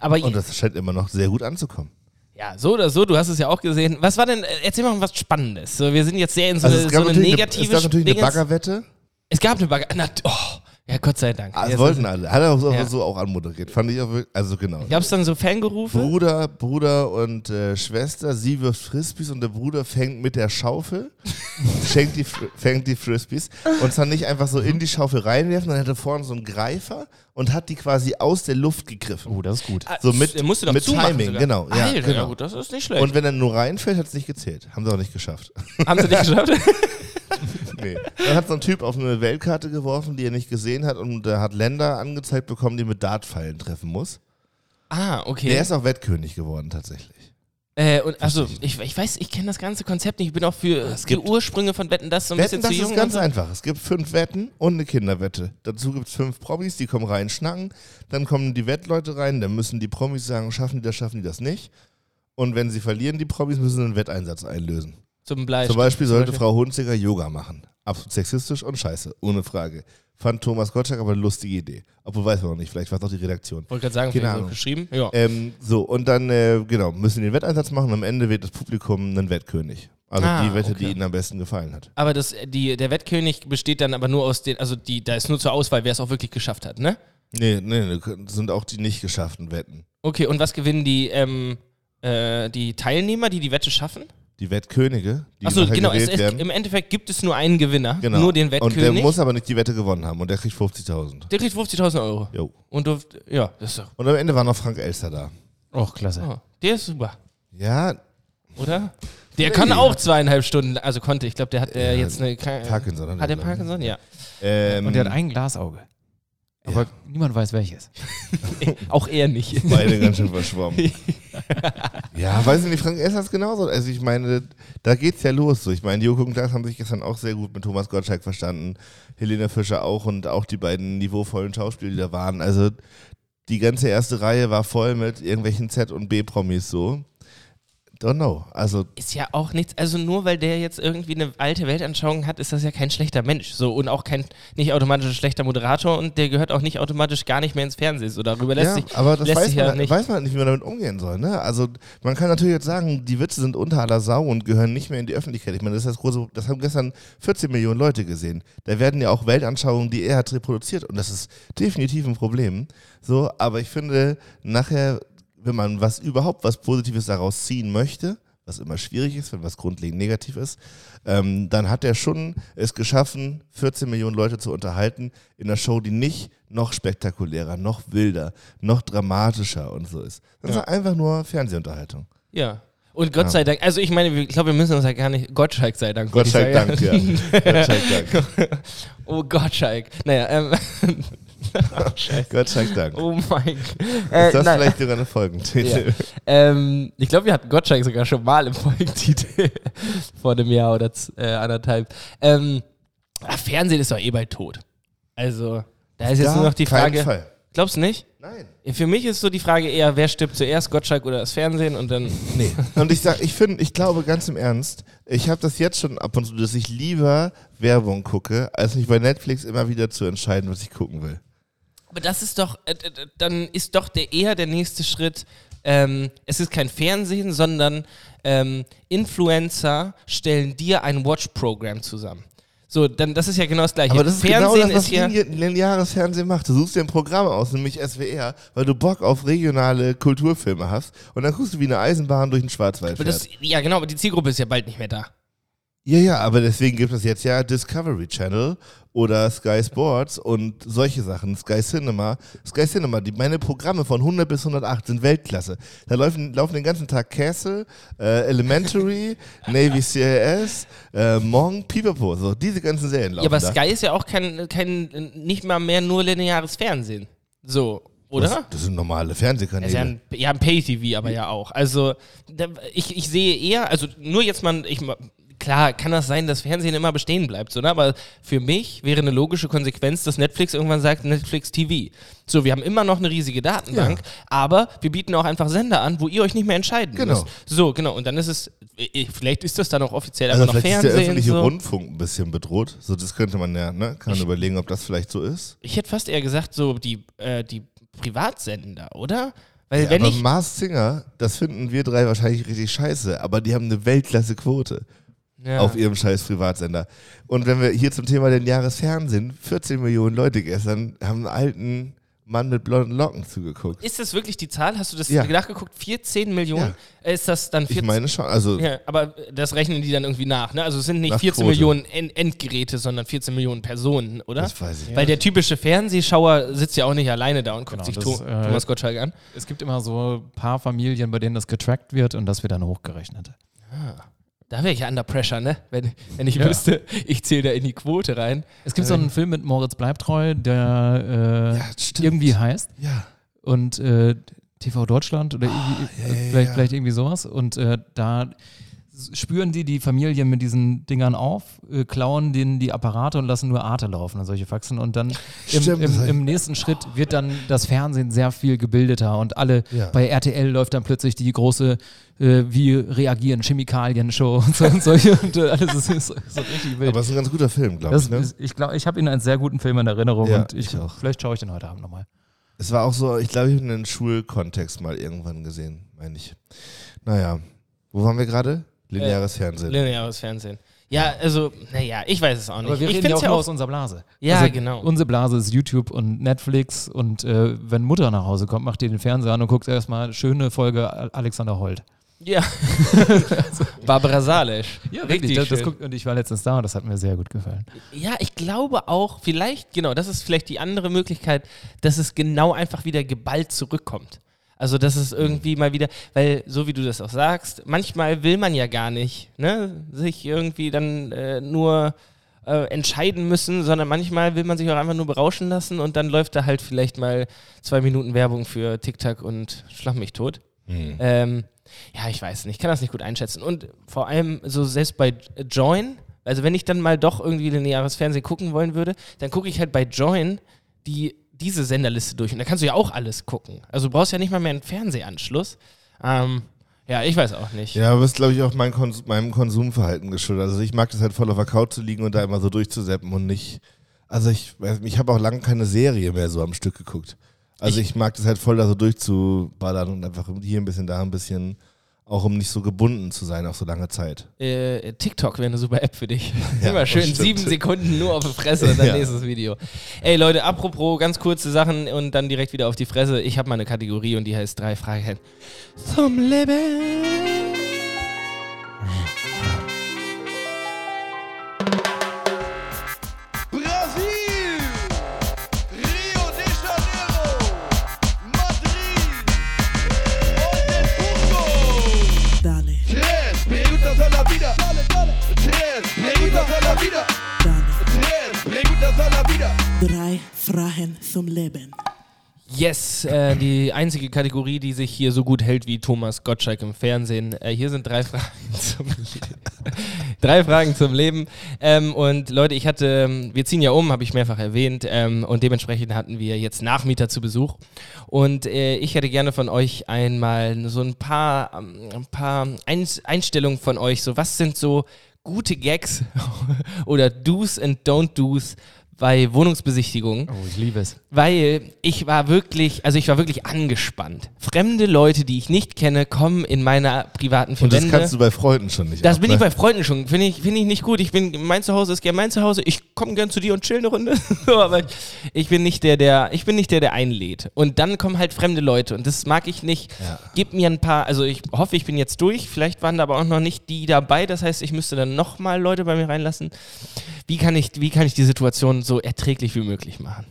S3: Aber
S1: Und das scheint immer noch sehr gut anzukommen.
S3: ja, so oder so, du hast es ja auch gesehen. Was war denn, äh, erzähl mal was Spannendes. So, wir sind jetzt sehr in so,
S1: Also
S3: eine,
S1: es
S3: so
S1: gab
S3: eine
S1: natürlich,
S3: negative
S1: eine, es gab natürlich eine
S3: Dingens-
S1: Baggerwette.
S3: Es gab eine Bagger. Na, oh, ja, Gott sei Dank.
S1: Ah,
S3: Jetzt-
S1: Das wollten alle. Hat er auch so,
S3: Ja.
S1: so auch anmoderiert. Fand ich auch wirklich, also genau.
S3: Gab es dann so Fangerufe?
S1: Bruder, Bruder und äh, Schwester, sie wirft Frisbees und der Bruder fängt mit der Schaufel, schenkt die, Fr- fängt die Frisbees und zwar nicht einfach so in die Schaufel reinwerfen, dann hat er vorne so einen Greifer und hat die quasi aus der Luft gegriffen.
S4: Oh, das ist gut.
S3: Ah,
S1: So mit-
S3: äh, musst du doch
S1: mit
S3: zumachen
S1: Timing,
S3: sogar.
S1: genau, ja,
S3: Alter, ja
S1: genau.
S3: gut, das ist nicht schlecht.
S1: Und wenn er nur reinfällt, hat es nicht gezählt. Haben sie auch nicht geschafft.
S3: Haben sie nicht geschafft?
S1: nee. Dann hat so ein Typ auf eine Weltkarte geworfen, die er nicht gesehen hat und äh, hat Länder angezeigt bekommen, die mit Dartpfeilen treffen muss.
S3: ah, okay.
S1: Der ist auch Wettkönig geworden tatsächlich.
S3: Äh, und also, ich, ich weiß, ich kenne das ganze Konzept nicht. Ich bin auch für die
S1: Ah, gibt-
S3: Ursprünge von Wetten, das so ein
S1: Wetten,
S3: bisschen
S1: das
S3: zu jung.
S1: ist
S3: und
S1: ganz
S3: so.
S1: einfach. Es gibt fünf Wetten und eine Kinderwette. Dazu gibt es fünf Promis, die kommen rein, schnacken. Dann kommen die Wettleute rein, dann müssen die Promis sagen, schaffen die das, schaffen die das nicht. Und wenn sie verlieren, die Promis müssen einen Wetteinsatz einlösen.
S3: Zum Bleistift.
S1: Zum Beispiel sollte
S3: Beispiel.
S1: Frau Hunziker Yoga machen. Absolut sexistisch und scheiße, ohne Frage. Fand Thomas Gottschalk aber eine lustige Idee. Obwohl weiß man noch nicht, vielleicht war es auch die Redaktion.
S3: Wollte gerade sagen,
S1: Keine
S3: vielleicht
S1: Ahnung.
S3: auch geschrieben. Äh, Ja.
S1: Ähm, so, und dann, äh, genau, müssen den Wetteinsatz machen. Am Ende wird das Publikum einen Wettkönig. Also
S3: Ah,
S1: die Wette,
S3: okay.
S1: die ihnen am besten gefallen hat.
S3: Aber das, die, der Wettkönig besteht dann aber nur aus den, also die, da ist nur zur Auswahl, wer es auch wirklich geschafft hat, ne?
S1: Nee, nee, nee, das sind auch die nicht geschafften Wetten.
S3: Okay, und was gewinnen die, ähm, äh, die Teilnehmer, die die Wette schaffen?
S1: die Wettkönige, die
S3: Achso,
S1: nachher
S3: genau. Es,
S1: gewählt
S3: es,
S1: werden.
S3: Im Endeffekt gibt es nur einen Gewinner.
S1: genau.
S3: Nur den
S1: Und der
S3: Wettkönig.
S1: muss aber nicht die Wette gewonnen haben und der kriegt 50.000.
S3: der kriegt 50.000 Euro.
S1: Jo.
S3: Und durft, ja, das ist doch.
S1: Und am Ende war noch Frank Elster da.
S4: Och, klasse.
S3: Oh, der ist super,
S1: Ja,
S3: oder? Der kann auch zweieinhalb Stunden, also konnte. Ich glaube, der hat äh,
S1: Ja,
S3: jetzt eine Krank
S1: Parkinson.
S3: Hat der
S1: ne?
S3: Parkinson? Ja.
S1: Ähm,
S4: Und der hat ein Glasauge. Aber niemand weiß welches.
S3: auch er nicht.
S1: Beide ganz schön verschwommen. ja, weiß ich nicht, Frank Elster ist genauso. Also ich meine, da geht's ja los. So, ich meine, Joko und Klaas haben sich gestern auch sehr gut mit Thomas Gottschalk verstanden, Helena Fischer auch und auch die beiden niveauvollen Schauspieler, die da waren. Also die ganze erste Reihe war voll mit irgendwelchen Z- und B-Promis so. Don't know. Also
S3: Ist ja auch nichts. Also nur weil der jetzt irgendwie eine alte Weltanschauung hat, ist das ja kein schlechter Mensch. So und auch kein nicht automatisch ein schlechter Moderator und der gehört auch nicht automatisch gar nicht mehr ins Fernsehen. So darüber lässt sich
S1: aber das
S3: lässt
S1: weiß,
S3: sich
S1: man, halt
S3: ja nicht.
S1: weiß man nicht, wie man damit umgehen soll. Ne? Also man kann natürlich jetzt sagen, die Witze sind unter aller Sau und gehören nicht mehr in die Öffentlichkeit. Ich meine, das ist das große, das haben gestern 14 Millionen Leute gesehen. Da werden ja auch Weltanschauungen, die er hat, reproduziert und das ist definitiv ein Problem. So, aber ich finde, nachher, wenn man was überhaupt was Positives daraus ziehen möchte, was immer schwierig ist, wenn was grundlegend negativ ist, ähm, dann hat er schon es geschaffen, 14 Millionen Leute zu unterhalten in einer Show, die nicht noch spektakulärer, noch wilder, noch dramatischer und so ist. Das ist einfach nur Fernsehunterhaltung.
S3: Ja. Und Gott sei Dank, also ich meine, wir- ich glaube, wir müssen uns ja gar nicht. Gottschalk sei Dank.
S1: Gott
S3: würde ich
S1: sei
S3: sagen.
S1: Dank, ja. Gott sei Dank.
S3: Oh Gottschalk. Naja, ähm.
S1: Gott sei Dank.
S3: Oh mein Gott. Äh,
S1: Ist das
S3: nein.
S1: vielleicht sogar eine Folgentitel?
S3: Ähm, ich glaube, wir hatten Gottschalk sogar schon mal im Folgentitel vor einem Jahr oder z- äh, anderthalb. Ähm, ach, Fernsehen ist doch eh bald tot. Also, da ist jetzt
S1: Ja,
S3: nur noch die
S1: keinen
S3: Frage.
S1: Fall.
S3: Glaubst du nicht?
S1: Nein.
S3: Für mich ist so die Frage eher, wer stirbt zuerst, Gottschalk oder das Fernsehen und dann.
S1: Nee. Und ich sag, ich finde, ich glaube ganz im Ernst, ich habe das jetzt schon ab und zu, dass ich lieber Werbung gucke, als mich bei Netflix immer wieder zu entscheiden, was ich gucken will.
S3: Aber das ist doch, äh, äh, dann ist doch der eher der nächste Schritt. Ähm, es ist kein Fernsehen, sondern ähm, Influencer stellen dir ein Watch-Programm zusammen. So, dann das ist ja genau das gleiche.
S1: Aber das ist
S3: Fernsehen
S1: genau das, was
S3: ist ja
S1: linear- lineares Fernsehen macht. Du suchst dir ein Programm aus, nämlich SWR, weil du Bock auf regionale Kulturfilme hast und dann guckst du wie eine Eisenbahn durch den Schwarzwald
S3: Aber
S1: fährt.
S3: das, ja, genau, aber die Zielgruppe ist ja bald nicht mehr da.
S1: ja, ja, aber deswegen gibt es jetzt ja Discovery Channel oder Sky Sports und solche Sachen, Sky Cinema. Sky Cinema, die, meine Programme von 100 bis 108 sind Weltklasse. Da laufen, laufen den ganzen Tag Castle, äh, Elementary, Navy CIS, äh, Monk, Pipapo, so diese ganzen Serien laufen
S3: Ja, aber
S1: da.
S3: Sky ist ja auch kein, kein, nicht mal mehr nur lineares Fernsehen. So,
S1: das,
S3: oder?
S1: das sind normale
S3: Das ist ja
S1: Fernsehkanäle.
S3: ein, ja, ein Pay-TV, aber ja auch. Also, da, ich, ich sehe eher, also nur jetzt mal, ich, ma- klar kann das sein, dass Fernsehen immer bestehen bleibt, so, ne? aber für mich wäre eine logische Konsequenz, dass Netflix irgendwann sagt, Netflix TV. So, wir haben immer noch eine riesige Datenbank, aber wir bieten auch einfach Sender an, wo ihr euch nicht mehr entscheiden
S1: Genau.
S3: müsst. So, genau. Und dann ist es, eh, vielleicht ist das dann auch offiziell
S1: Also
S3: einfach noch
S1: vielleicht ist der
S3: Fernsehen.
S1: öffentliche
S3: so.
S1: Rundfunk ein bisschen bedroht. So, das könnte man ja, ne? Kann man überlegen, ob das vielleicht so ist.
S3: Ich hätte fast eher gesagt, so die, äh, die Privatsender, oder? Weil
S1: ja,
S3: Äh, wenn
S1: aber
S3: ich.
S1: Mars Singer, das finden wir drei wahrscheinlich richtig scheiße, aber die haben eine Weltklasse-Quote
S3: Ja.
S1: auf ihrem scheiß Privatsender. Und wenn wir hier zum Thema den Jahresfernsehen, 14 Millionen Leute gestern haben einen alten Mann mit blonden Locken zugeguckt.
S3: Ist das wirklich die Zahl? Hast du das
S1: Ja.
S3: nachgeguckt? 14 Millionen? Äh, Ist das dann 14?
S1: Ich meine schon, also
S3: ja, aber das rechnen die dann irgendwie nach, ne? Also es sind nicht
S1: Nach
S3: 14
S1: Quote.
S3: Millionen End Endgeräte, sondern 14 Millionen Personen, oder?
S1: das weiß ich
S3: Weil der typische Fernsehschauer sitzt ja auch nicht alleine da und
S4: Genau,
S3: guckt sich
S4: das
S3: to
S4: ist, äh,
S3: Thomas Gottschalk an.
S4: Es gibt immer so ein paar Familien, bei denen das getrackt wird und das wird dann hochgerechnet.
S3: Da wäre ich ja under pressure, ne? Wenn, wenn ich
S4: Ja.
S3: wüsste, ich zähle da in die Quote rein.
S4: Es gibt so einen Film mit Moritz Bleibtreu, der äh,
S1: Ähm. Ja, stimmt.
S4: irgendwie heißt
S1: nicht. Ja. Ah,
S4: und äh, TV Deutschland oder irgendwie,
S1: ja, ja,
S4: vielleicht,
S1: ja.
S4: vielleicht irgendwie sowas. Und äh, da s- spüren die die Familien mit diesen Dingern auf, äh, klauen denen die Apparate und lassen nur Arte laufen und solche Faxen. Und dann im,
S1: Stimmt, das
S4: im,
S1: hab ich-
S4: im nächsten Schritt wird dann das Fernsehen sehr viel gebildeter und alle
S1: Ja.
S4: bei RTL läuft dann plötzlich die große äh, Wie reagieren Chemikalien-Show und, so, und solche und äh, alles ist, ist so richtig wild.
S1: Aber es ist ein ganz guter Film, glaube
S4: Das
S1: ich. Ne?
S4: ist, ich glaube, ich habe ihn als sehr guten Film in Erinnerung
S1: Ja,
S4: und ich,
S1: ich auch.
S4: vielleicht schaue ich den heute Abend nochmal.
S1: Es war auch so, ich glaube, ich habe ihn in einem Schulkontext mal irgendwann gesehen, meine ich. Naja, wo waren wir gerade?
S3: Äh,
S1: Lineares Fernsehen.
S3: Lineares Fernsehen. Ja, also, naja, ich weiß es auch nicht.
S4: Aber wir
S3: ich
S4: reden ja
S3: find's
S4: auch nur aus unserer Blase. Also,
S3: Ja, genau.
S4: Unsere Blase ist YouTube und Netflix und äh, wenn Mutter nach Hause kommt, macht ihr den Fernseher an und guckt erstmal schöne Folge Alexander Holt.
S3: Ja. Barbara Salisch.
S4: Ja, wirklich. Das, das guckt, und ich war letztens da und das hat mir sehr gut gefallen.
S3: Ja, ich glaube auch, vielleicht, genau, das ist vielleicht die andere Möglichkeit, dass es genau einfach wieder geballt zurückkommt. Also, dass es irgendwie mal wieder, weil, so wie du das auch sagst, manchmal will man ja gar nicht, ne, sich irgendwie dann äh, nur äh, entscheiden müssen, sondern manchmal will man sich auch einfach nur berauschen lassen und dann läuft da halt vielleicht mal zwei Minuten Werbung für TikTok und Schlag mich tot. Ähm, ja, ich weiß nicht, ich kann das nicht gut einschätzen. Und vor allem so selbst bei Join, also wenn ich dann mal doch irgendwie lineares Fernsehen gucken wollen würde, dann gucke ich halt bei Join die, diese Senderliste durch. Und da kannst du ja auch alles gucken. Also du brauchst ja nicht mal mehr einen Fernsehanschluss. Ähm, ja, ich weiß auch nicht.
S1: Ja, aber das ist, glaube ich, auch mein Kons meinem Konsumverhalten geschuldet. Also ich mag das halt voll auf der Couch zu liegen und da immer so durchzuseppen und nicht. Also ich, weiß nicht, ich habe auch lange keine Serie mehr so am Stück geguckt. Also ich, mag das halt voll da so durchzuballern und einfach hier ein bisschen, da ein bisschen, auch um nicht so gebunden zu sein auf so lange Zeit.
S3: Äh, TikTok wäre eine super App für dich.
S1: Ja,
S3: Immer schön
S1: stimmt.
S3: sieben Sekunden nur auf die Fresse und dann
S1: Ja.
S3: nächstes Video. Ey Leute, apropos ganz kurze Sachen und dann direkt wieder auf die Fresse. Ich habe mal eine Kategorie und die heißt drei Fragen zum Leben.
S2: Brasil, Rio de Janeiro, Madrid, Montevideo.
S5: Dale,
S2: Tres preguntas a la vida. Tres preguntas a la vida.
S5: dale.
S2: Tres preguntas a la vida.
S5: Drei Fragen zum Leben.
S3: Yes, äh, die einzige Kategorie, die sich hier so gut hält wie Thomas Gottschalk im Fernsehen. Äh, hier sind drei Fragen zum Leben. drei Fragen zum Leben. Ähm, und Leute, ich hatte, ähm, wir ziehen ja um, habe ich mehrfach erwähnt, ähm, und dementsprechend hatten wir jetzt Nachmieter zu Besuch. Und äh, ich hätte gerne von euch einmal so ein paar, ähm, ein paar Eins- Einstellungen von euch. So, was sind so gute Gags oder Do's and Don't Do's bei Wohnungsbesichtigungen?
S4: Oh, ich liebe es.
S3: weil ich war wirklich, also ich war wirklich angespannt. Fremde Leute, die ich nicht kenne, kommen in meiner privaten
S1: Und das
S3: Verwende.
S1: kannst du bei Freunden schon nicht.
S3: Das
S1: ab,
S3: bin
S1: ne?
S3: ich bei Freunden schon. Finde ich, finde ich nicht gut. Ich bin, mein Zuhause ist gern mein Zuhause. Ich komme gern zu dir und chill eine Runde. so, aber ich bin nicht der, der, ich bin nicht der, der einlädt. Und dann kommen halt fremde Leute und das mag ich nicht.
S1: Ja.
S3: Gib mir ein paar, also ich hoffe, ich bin jetzt durch. Vielleicht waren da aber auch noch nicht die dabei. Das heißt, ich müsste dann nochmal Leute bei mir reinlassen. Wie kann ich, wie kann ich die Situation so erträglich wie möglich machen?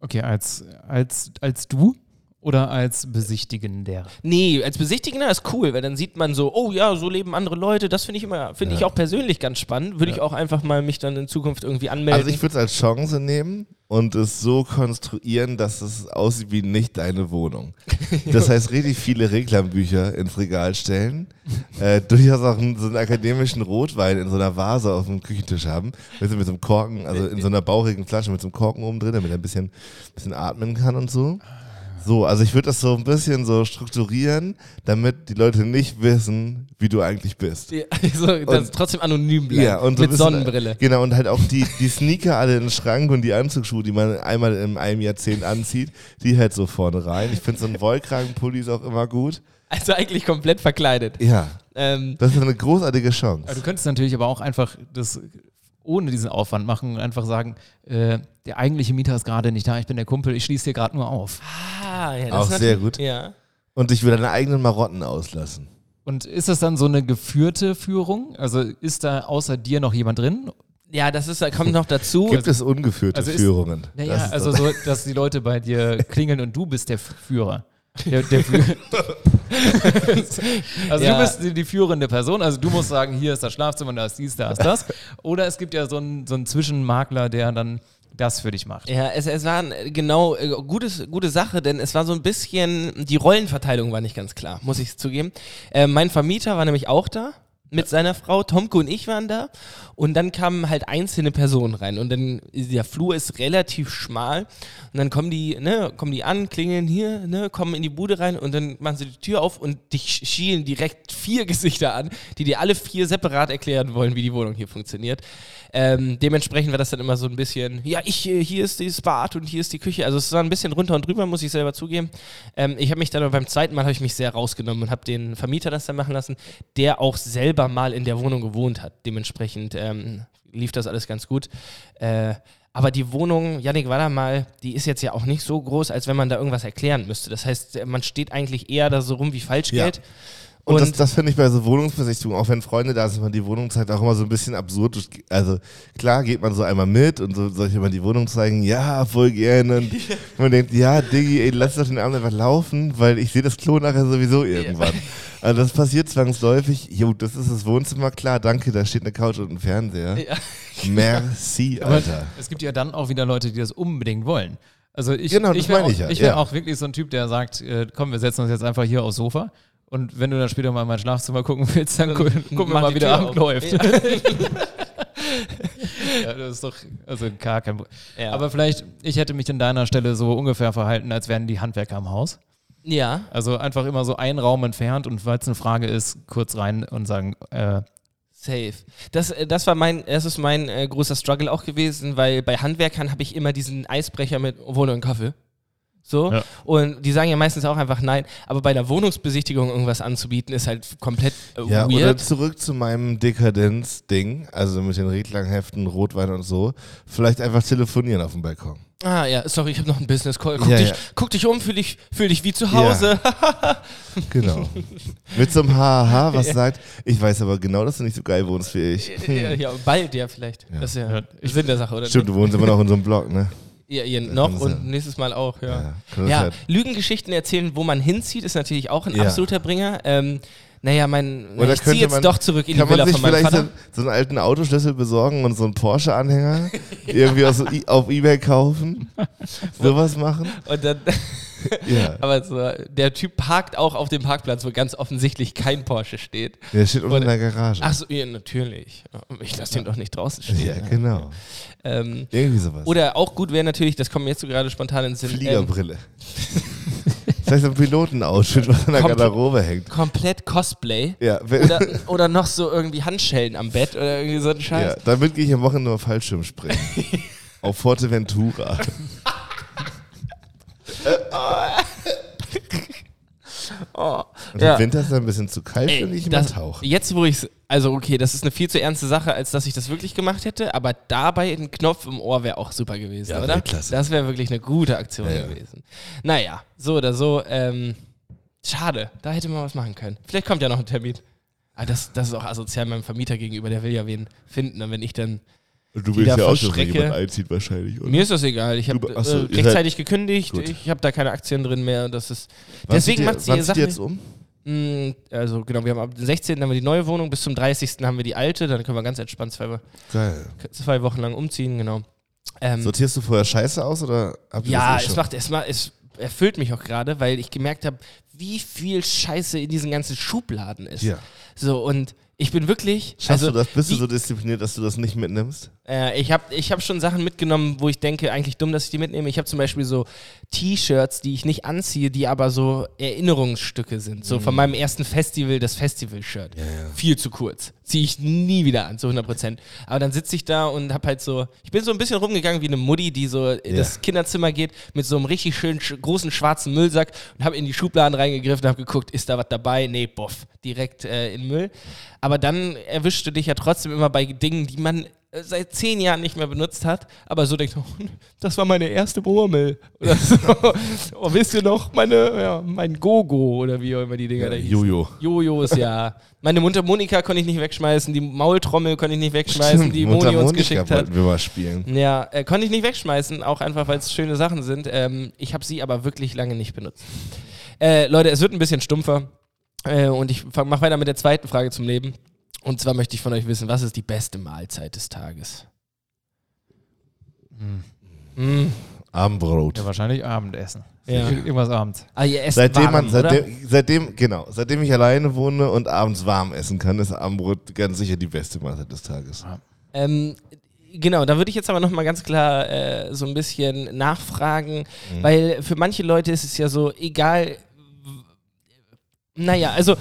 S4: Okay, als, als, als du oder als Besichtigender?
S3: Nee, als Besichtigender ist cool, weil dann sieht man so, oh ja, so leben andere Leute. Das finde ich immer, finde ich auch persönlich ganz spannend. Würde ich auch einfach mal mich dann in Zukunft irgendwie anmelden.
S1: Also ich würde es als Chance nehmen und es so konstruieren, dass es aussieht wie nicht deine Wohnung. Das heißt, richtig viele Reklambücher ins Regal stellen, äh, durchaus auch einen, so einen akademischen Rotwein in so einer Vase auf dem Küchentisch haben, mit so, mit so einem Korken, also in so einer bauchigen Flasche mit so einem Korken oben drin, damit er ein bisschen, bisschen atmen kann und so. So, also ich würde das so ein bisschen so strukturieren, damit die Leute nicht wissen, wie du eigentlich bist.
S3: Ja, also, dass trotzdem anonym bleiben.
S1: Ja, und so ein
S3: mit
S1: bisschen-
S3: Sonnenbrille.
S1: Genau, und halt auch die, die Sneaker alle in den Schrank und die Anzugsschuhe, die man einmal in einem Jahrzehnt anzieht, die halt so vorne rein. Ich finde so ein Wollkragenpulli ist auch immer gut.
S3: Also eigentlich komplett verkleidet.
S1: Ja,
S3: Ähm,
S1: das ist eine großartige
S4: Aber du
S1: Chance.
S4: könntest natürlich aber auch einfach das ohne diesen Aufwand machen und einfach sagen, äh, der eigentliche Mieter ist gerade nicht da, ich bin der Kumpel, ich schließe hier gerade nur auf.
S3: ah, ja, das
S1: Auch
S3: ist
S1: sehr
S3: natürlich-
S1: gut.
S3: Ja.
S1: Und ich würde deine eigenen Marotten auslassen.
S4: Und ist das dann so eine geführte Führung? Also ist da außer dir noch jemand drin?
S3: ja, das ist, kommt noch dazu.
S1: Gibt es ungeführte
S4: also ist-
S1: Führungen? Das
S4: Naja,
S1: ist
S4: also
S1: doch-
S4: so, dass die Leute bei dir klingeln und du bist der Führer. Der, der Führ- also
S3: Ja.
S4: du bist die, die führende Person, also du musst sagen, hier ist das Schlafzimmer, da ist dies, da ist das. Oder es gibt ja so einen, so einen Zwischenmakler, der dann das für dich macht.
S3: Ja, es, es war ein, genau äh, gutes, gute Sache, denn es war so ein bisschen, die Rollenverteilung war nicht ganz klar, muss ich zugeben. Äh, mein Vermieter war nämlich auch da mit seiner Frau, Tomke und ich waren da und dann kamen halt einzelne Personen rein und dann der Flur ist relativ schmal und dann kommen die, ne, kommen die an, klingeln hier, ne, kommen in die Bude rein und dann machen sie die Tür auf und dich sch- schielen direkt vier Gesichter an, die dir alle vier separat erklären wollen, wie die Wohnung hier funktioniert. Ähm, dementsprechend war das dann immer so ein bisschen, ja, ich, äh, hier ist dieses Bad und hier ist die Küche. Also es war ein bisschen runter und drüber, muss ich selber zugeben. Ähm, ich habe mich dann aber beim zweiten Mal habe ich mich sehr rausgenommen und habe den Vermieter das dann machen lassen, der auch selber mal in der Wohnung gewohnt hat. Dementsprechend ähm, lief das alles ganz gut. Äh, aber die Wohnung, Yannick war da mal, die ist jetzt ja auch nicht so groß, als wenn man da irgendwas erklären müsste. Das heißt, man steht eigentlich eher da so rum wie Falschgeld.
S1: Und,
S3: Und-
S1: das, das finde ich bei so Wohnungsbesichtigungen, auch wenn Freunde da sind, man die Wohnung zeigt, auch immer so ein bisschen absurd. durch- Also klar geht man so einmal mit und so soll ich immer die Wohnung zeigen, ja, voll gerne. Und man denkt, ja, Diggi, ey, lass doch den Abend einfach laufen, weil ich sehe das Klo nachher sowieso irgendwann. Also das passiert zwangsläufig. Jo, das ist das Wohnzimmer, klar, danke, da steht eine Couch und ein Fernseher.
S3: Ja.
S1: Merci,
S4: Aber
S1: Alter.
S4: es gibt ja dann auch wieder Leute, die das unbedingt wollen. Also ich,
S1: Genau, das
S4: ich wäre
S1: meine
S4: auch,
S1: ich ja,
S4: wär
S1: ja.
S4: auch wirklich so ein Typ, der sagt, äh, komm, wir setzen uns jetzt einfach hier aufs Sofa. Und wenn du dann später mal in mein Schlafzimmer gucken willst, dann gu gucken wir
S3: mach
S4: mal,
S3: die
S4: wie der
S3: Tür
S4: Abend
S3: auf.
S4: läuft.
S3: Ja.
S4: Ja, das ist doch also gar kein Problem.
S3: Ja.
S4: Aber vielleicht, ich hätte mich an deiner Stelle so ungefähr verhalten, als wären die Handwerker im Haus.
S3: ja.
S4: Also einfach immer so einen Raum entfernt und weil es eine Frage ist, kurz rein und sagen, äh,
S3: Safe. Das, äh, das war mein, das ist mein äh, großer Struggle auch gewesen, weil bei Handwerkern habe ich immer diesen Eisbrecher mit Wohnung und Kaffee. So.
S4: Ja.
S3: Und die sagen ja meistens auch einfach nein. Aber bei einer Wohnungsbesichtigung irgendwas anzubieten, ist halt komplett äh,
S1: Ja, oder
S3: weird.
S1: zurück zu meinem Dekadenz-Ding, also mit den Redlangheften, Rotwein und so. Vielleicht einfach telefonieren auf dem Balkon.
S3: Ah ja, sorry, ich habe noch einen Business Call. Guck,
S1: Ja,
S3: dich,
S1: ja.
S3: guck dich um, fühl dich, fühl dich wie zu Hause.
S1: Genau. Mit so einem Haha, was sagt, ich weiß aber genau, dass du nicht so geil wohnst wie ich.
S3: Ja, ja, bald ja vielleicht. Das ist ja,
S4: Ja.
S3: Sinn der Sache, oder?
S1: Stimmt, du wohnst immer noch in so einem Block, ne?
S3: Ja, ihr noch
S1: kann
S3: und
S1: sein.
S3: nächstes Mal auch, ja.
S1: Ja,
S3: Ja,
S1: kann das sein.
S3: Lügengeschichten erzählen, wo man hinzieht, ist natürlich auch ein
S1: Ja.
S3: absoluter Bringer. Ähm, naja, mein,
S1: Oder
S3: ich ziehe
S1: könnte
S3: jetzt
S1: man-
S3: doch zurück in die
S1: Kann man
S3: Villa
S1: sich
S3: von meinem
S1: vielleicht so,
S3: Vater.
S1: so einen alten Autoschlüssel besorgen und so einen Porsche-Anhänger irgendwie aus, auf Ebay kaufen? Sowas machen?
S3: Und dann,
S1: Ja.
S3: aber so, der Typ parkt auch auf dem Parkplatz, wo ganz offensichtlich kein Porsche steht.
S1: Der steht unten in der Garage.
S3: Ach so, ja, natürlich. Oh, Ich lasse den doch nicht draußen
S1: ja,
S3: stehen.
S1: genau.
S3: Ähm,
S1: Irgendwie sowas.
S3: oder auch gut wäre natürlich, das kommt mir jetzt so gerade spontan ins Sinn. Ähm,
S1: Fliegerbrille. Vielleicht so ein Pilotenoutfit, was an der
S3: Komplett-
S1: Garderobe hängt.
S3: komplett Cosplay.
S1: Ja, wenn-
S3: Oder, oder noch so irgendwie Handschellen am Bett oder irgendwie so ein Scheiß.
S1: ja damit gehe ich am Wochenende auf Fallschirm springen. auf Forteventura.
S3: Oh,
S1: Und
S3: ja.
S1: im Winter ist es ein bisschen zu kalt,
S3: Ey,
S1: wenn ich immer
S3: das,
S1: tauche.
S3: jetzt, wo ich also okay, das ist eine viel zu ernste Sache, als dass ich das wirklich gemacht hätte, aber dabei ein Knopf im Ohr wäre auch super gewesen,
S1: Ja,
S3: oder?
S1: Weltklasse.
S3: Das wäre wirklich eine gute Aktion
S1: Ja, ja.
S3: gewesen. Naja, so oder so, ähm, schade, da hätte man was machen können. Vielleicht kommt ja noch ein Termin. Ah, das, das ist auch asozial meinem Vermieter gegenüber, der will ja wen finden und wenn ich dann,
S1: Und du
S3: die da
S1: schon, dass
S3: Strecke-
S1: jemand einzieht wahrscheinlich, oder?
S3: mir ist das egal, ich habe
S1: Du- ach so,
S3: äh,
S1: ihr seid-
S3: rechtzeitig gekündigt,
S1: Gut.
S3: ich habe da keine Aktien drin mehr, das ist,
S1: Wann zieht
S3: deswegen
S1: ihr-
S3: macht sie
S1: wann
S3: ihr
S1: zieht
S3: Sachen
S1: ihr jetzt um?
S3: Mm, Also genau, wir haben ab dem 16. haben wir die neue Wohnung, bis zum 30. haben wir die alte, dann können wir ganz entspannt zwei, Wo-
S1: Geil.
S3: zwei Wochen lang umziehen, genau. Ähm,
S1: Sortierst du vorher Scheiße aus oder habt ihr
S3: ja,
S1: das eh
S3: es
S1: schon?
S3: macht es, ma- es erfüllt mich auch gerade, weil ich gemerkt habe, wie viel Scheiße in diesen ganzen Schubladen ist.
S1: Ja.
S3: So und ich bin wirklich,
S1: Schaffst
S3: also
S1: du das? Bist du
S3: wie-
S1: so diszipliniert, dass du das nicht mitnimmst?
S3: äh, ich habe ich hab schon Sachen mitgenommen, wo ich denke, eigentlich dumm, dass ich die mitnehme. Ich habe zum Beispiel so T-Shirts, die ich nicht anziehe, die aber so Erinnerungsstücke sind. So von meinem ersten Festival, das Festival-Shirt. Viel zu kurz. Ziehe ich nie wieder an, zu 100 Prozent. Aber dann sitze ich da und habe halt so, ich bin so ein bisschen rumgegangen wie eine Mutti, die so in
S1: Ja.
S3: das Kinderzimmer geht mit so einem richtig schönen sch großen schwarzen Müllsack und habe in die Schubladen reingegriffen und habe geguckt, ist da was dabei? Nee, boff, direkt äh, in Müll. Aber dann erwischst du dich ja trotzdem immer bei Dingen, die man äh, seit zehn Jahren nicht mehr benutzt hat, aber so denkst du, das war meine erste Murmel oder so. oh, wisst ihr noch, meine, ja, mein Gogo oder wie auch immer die Dinger da hießen.
S1: Jojo.
S3: Jojos, ja. Meine Mundharmonika konnte ich nicht wegschmeißen, die Maultrommel konnte ich nicht wegschmeißen,
S1: Stimmt,
S3: die Moni uns
S1: Mundharmonika
S3: geschickt hat.
S1: wollten wir mal spielen.
S3: Ja, äh, konnte ich nicht wegschmeißen, auch einfach, weil es schöne Sachen sind. Ähm, ich habe sie aber wirklich lange nicht benutzt. Äh, Leute, es wird ein bisschen stumpfer äh, und ich mache weiter mit der zweiten Frage zum Leben. Und zwar möchte ich von euch wissen, was ist die beste Mahlzeit des Tages? Mm,
S1: Abendbrot.
S4: ja, wahrscheinlich Abendessen.
S3: Ja.
S4: Irgendwas abends.
S3: ah, ihr esst
S1: Seitdem
S3: warm,
S1: man,
S3: oder?
S1: seitdem, seitdem, genau, seitdem ich alleine wohne und abends warm essen kann, ist Abendbrot ganz sicher die beste Mahlzeit des Tages.
S3: Ähm, genau, da würde ich jetzt aber nochmal ganz klar äh, so ein bisschen nachfragen,
S1: Mhm.
S3: weil für manche Leute ist es ja so, egal. w- Naja, also.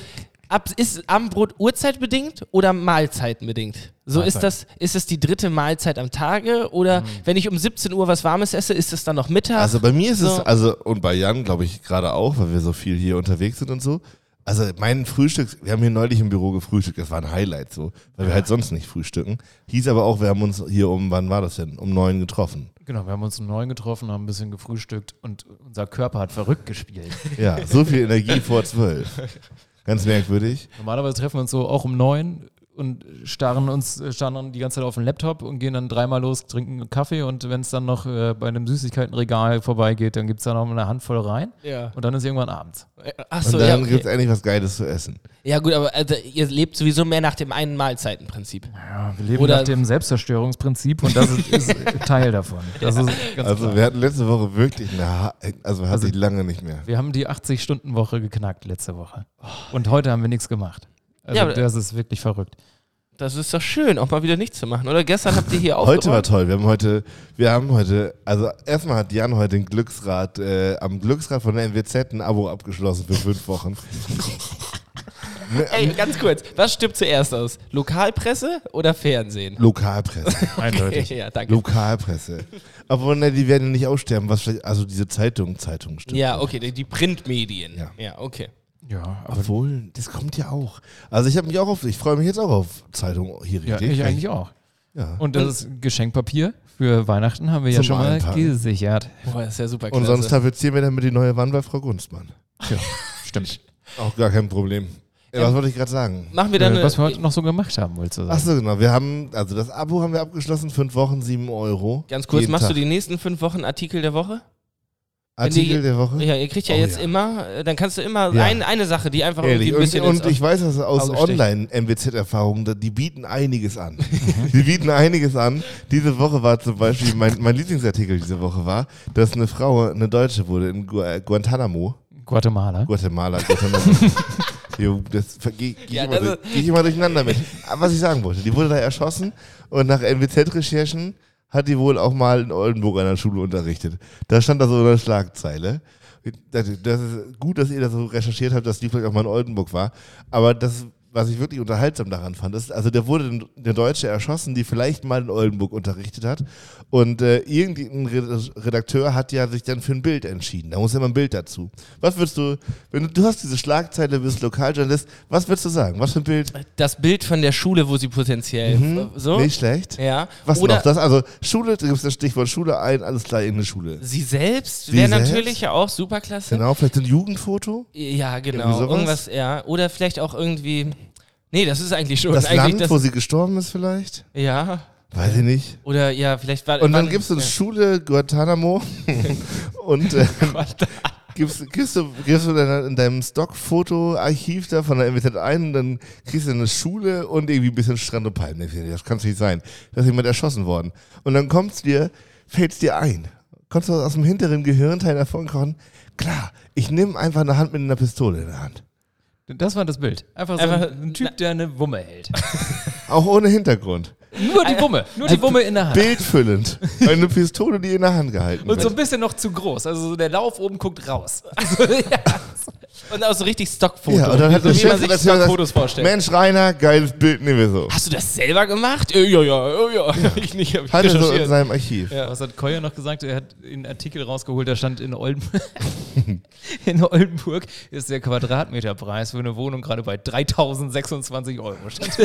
S3: Ab, ist Abendbrot Uhrzeitbedingt oder Mahlzeitenbedingt? So ist das, ist das die dritte Mahlzeit am Tage oder
S1: Mhm.
S3: wenn ich um 17 Uhr was Warmes esse, ist das dann noch Mittag?
S1: Also bei mir ist es,
S3: So.
S1: also und bei Jan glaube ich gerade auch, weil wir so viel hier unterwegs sind und so. Also mein Frühstück, wir haben hier neulich im Büro gefrühstückt, das war ein Highlight so, weil wir halt sonst nicht frühstücken. Hieß aber auch, wir haben uns hier um, wann war das denn? Um neun getroffen.
S4: Genau, wir haben uns um neun getroffen, haben ein bisschen gefrühstückt und unser Körper hat verrückt gespielt.
S1: Ja, so viel Energie vor zwölf. Ganz merkwürdig.
S4: Normalerweise treffen wir uns so auch um neun und starren uns äh, starren dann die ganze Zeit auf den Laptop und gehen dann dreimal los, trinken einen Kaffee und wenn es dann noch äh, bei einem Süßigkeitenregal vorbeigeht, dann gibt es da noch eine Handvoll rein
S3: Ja. äh,
S4: und dann ist irgendwann abends.
S3: Ach
S1: Also, Und
S3: so, ja,
S1: dann
S3: okay.
S1: gibt es endlich was Geiles zu essen.
S3: ja gut, aber also, ihr lebt sowieso mehr nach dem einen Mahlzeitenprinzip.
S4: Ja, wir leben
S3: Oder-
S4: nach dem Selbstzerstörungsprinzip und das ist, ist Teil davon. Das ist ganz
S1: Also
S4: klar.
S1: wir hatten letzte Woche wirklich eine, Ha- also hatte
S4: Also-
S1: ich lange nicht mehr.
S4: Wir haben die 80-Stunden-Woche geknackt letzte Woche. Und heute haben wir nichts gemacht. Also
S3: Ja, aber-
S4: das ist wirklich verrückt.
S3: Das ist doch schön, auch mal wieder nichts zu machen. Oder gestern habt ihr hier auch.
S1: Heute war toll. Wir haben heute, wir haben heute, also erstmal hat Jan heute den Glücksrad, äh, am Glücksrad von der NWZ ein Abo abgeschlossen für fünf Wochen.
S3: Ey, ganz kurz, was stimmt zuerst aus? Lokalpresse oder Fernsehen?
S1: Lokalpresse.
S4: Eindeutig.
S3: ja, danke.
S1: Lokalpresse. Obwohl, ne, die werden ja nicht aussterben, was vielleicht, also diese Zeitung, Zeitung stimmt.
S3: ja, okay, die, die Printmedien.
S1: Ja.
S3: Ja, okay.
S4: Ja, aber
S1: Obwohl, das kommt ja auch. Also ich habe mich auch auf, ich freue mich jetzt auch auf Zeitung hier
S4: ja,
S1: richtig.
S4: ich eigentlich auch.
S1: Ja.
S4: Und das Geschenkpapier für Weihnachten haben wir ja
S1: Zum
S4: schon mal
S1: Einpacken.
S4: gesichert.
S3: Boah, das ist ja super
S1: Und
S3: klasse.
S4: Also-
S1: sonst tapezieren wir damit die neue Wand bei Frau Gunstmann.
S4: Stimmt. Ähm,
S1: Auch gar kein Problem. Äh, was wollte ich gerade sagen?
S3: Machen wir dann.
S4: Äh,
S3: eine-
S4: was wir heute noch so gemacht haben, wolltest du sagen.
S1: Achso, genau. Wir haben, also das Abo haben wir abgeschlossen, fünf Wochen, sieben Euro.
S3: ganz kurz,
S1: Jeden
S3: machst
S1: Tag.
S3: du die nächsten fünf Wochen Artikel der Woche?
S1: Artikel
S3: die-
S1: der Woche?
S3: Ja, ihr kriegt ja
S1: Oh,
S3: jetzt
S1: ja.
S3: immer, äh, dann kannst du immer
S1: Ja.
S3: ein, eine Sache, die einfach
S1: Ehrlich.
S3: irgendwie ein
S1: Und,
S3: bisschen.
S1: und
S3: ins-
S1: ich weiß das aus
S3: Auge sticht.
S1: Online-MWZ-Erfahrungen, da- die bieten einiges an. die bieten einiges an. Diese Woche war zum Beispiel, mein, mein Lieblingsartikel diese Woche war, dass eine Frau, eine Deutsche wurde in Gu äh, Guantanamo.
S4: Guatemala.
S1: Guatemala, Guatemala. Jo, das vergehe geh
S3: Ja,
S1: ich, immer
S3: das
S1: durch- geh ich immer durcheinander mit. Aber was ich sagen wollte, die wurde da erschossen und nach NWZ-Recherchen hat die wohl auch mal in Oldenburg an der Schule unterrichtet. Da stand da so eine Schlagzeile. Das das ist gut, dass ihr das so recherchiert habt, dass die vielleicht auch mal in Oldenburg war. Aber das, was ich wirklich unterhaltsam daran fand, ist, also der wurde eine Deutsche erschossen, die vielleicht mal in Oldenburg unterrichtet hat. Und äh, irgendein Re- Redakteur hat ja sich dann für ein Bild entschieden. Da muss ja immer ein Bild dazu. Was würdest du, wenn du, du hast diese Schlagzeile, bist Lokaljournalist, was würdest du sagen? Was für ein Bild?
S3: das Bild von der Schule, wo sie potenziell. So?
S1: Mhm. Nicht schlecht.
S3: Ja.
S1: Was
S3: Oder
S1: noch? Das, also Schule, da gibt es das Stichwort Schule ein, alles klar, irgendeine Schule.
S3: sie selbst
S1: Sie
S3: wäre
S1: selbst?
S3: natürlich ja auch super klasse.
S1: Genau, vielleicht ein Jugendfoto?
S3: Ja,
S1: Irgendwie
S3: genau.
S1: sowas?
S3: Irgendwas, ja. Oder vielleicht auch irgendwie. Nee, das ist eigentlich schon.
S1: Das
S3: eigentlich
S1: Land, wo sie gestorben ist vielleicht?
S3: ja.
S1: Weiß ich nicht.
S3: Oder ja, vielleicht war.
S1: Und dann
S3: wann-
S1: gibst du eine Schule Guantanamo und äh, gibst, gibst du, gibst du deiner, in deinem Stockfotoarchiv da von der MWZ ein und dann kriegst du eine Schule und irgendwie ein bisschen Strand und Palmen. Das kann es nicht sein. Da ist jemand erschossen worden. Und dann kommt's dir, fällt's dir ein. Kommst du aus dem hinteren Gehirnteil davonkochen? Klar, ich nehme einfach eine Hand mit einer Pistole in der Hand.
S4: Das war das Bild. Einfach so
S3: Einfach-
S4: ein, ein Typ, der eine Wumme hält.
S1: Auch ohne Hintergrund.
S4: Nur die Wumme. Nur die Wumme in der Hand.
S1: Bildfüllend. Eine Pistole, die in der Hand gehalten
S4: Und so
S1: wird.
S4: ein bisschen noch zu groß. Also so der Lauf oben guckt raus. Also,
S3: Und auch so richtig Stockfoto.
S1: Ja, halt und dann hat
S3: so
S1: der
S3: wie man
S1: Chef
S3: sich
S1: natürlich gesagt,
S3: Stockfotos vorstellt.
S1: Mensch, Rainer, geiles Bild nehmen wir so.
S3: Hast du das selber gemacht? Äh, Ja, ja, ja, ja. Ich nicht, hab ich
S1: Hat er so in
S3: recherchiert.
S1: seinem Archiv.
S4: Was hat Koya noch gesagt? Er hat einen Artikel rausgeholt, da stand in Oldenburg. in Oldenburg ist der Quadratmeterpreis für eine Wohnung gerade bei 3026 Euro. Stand.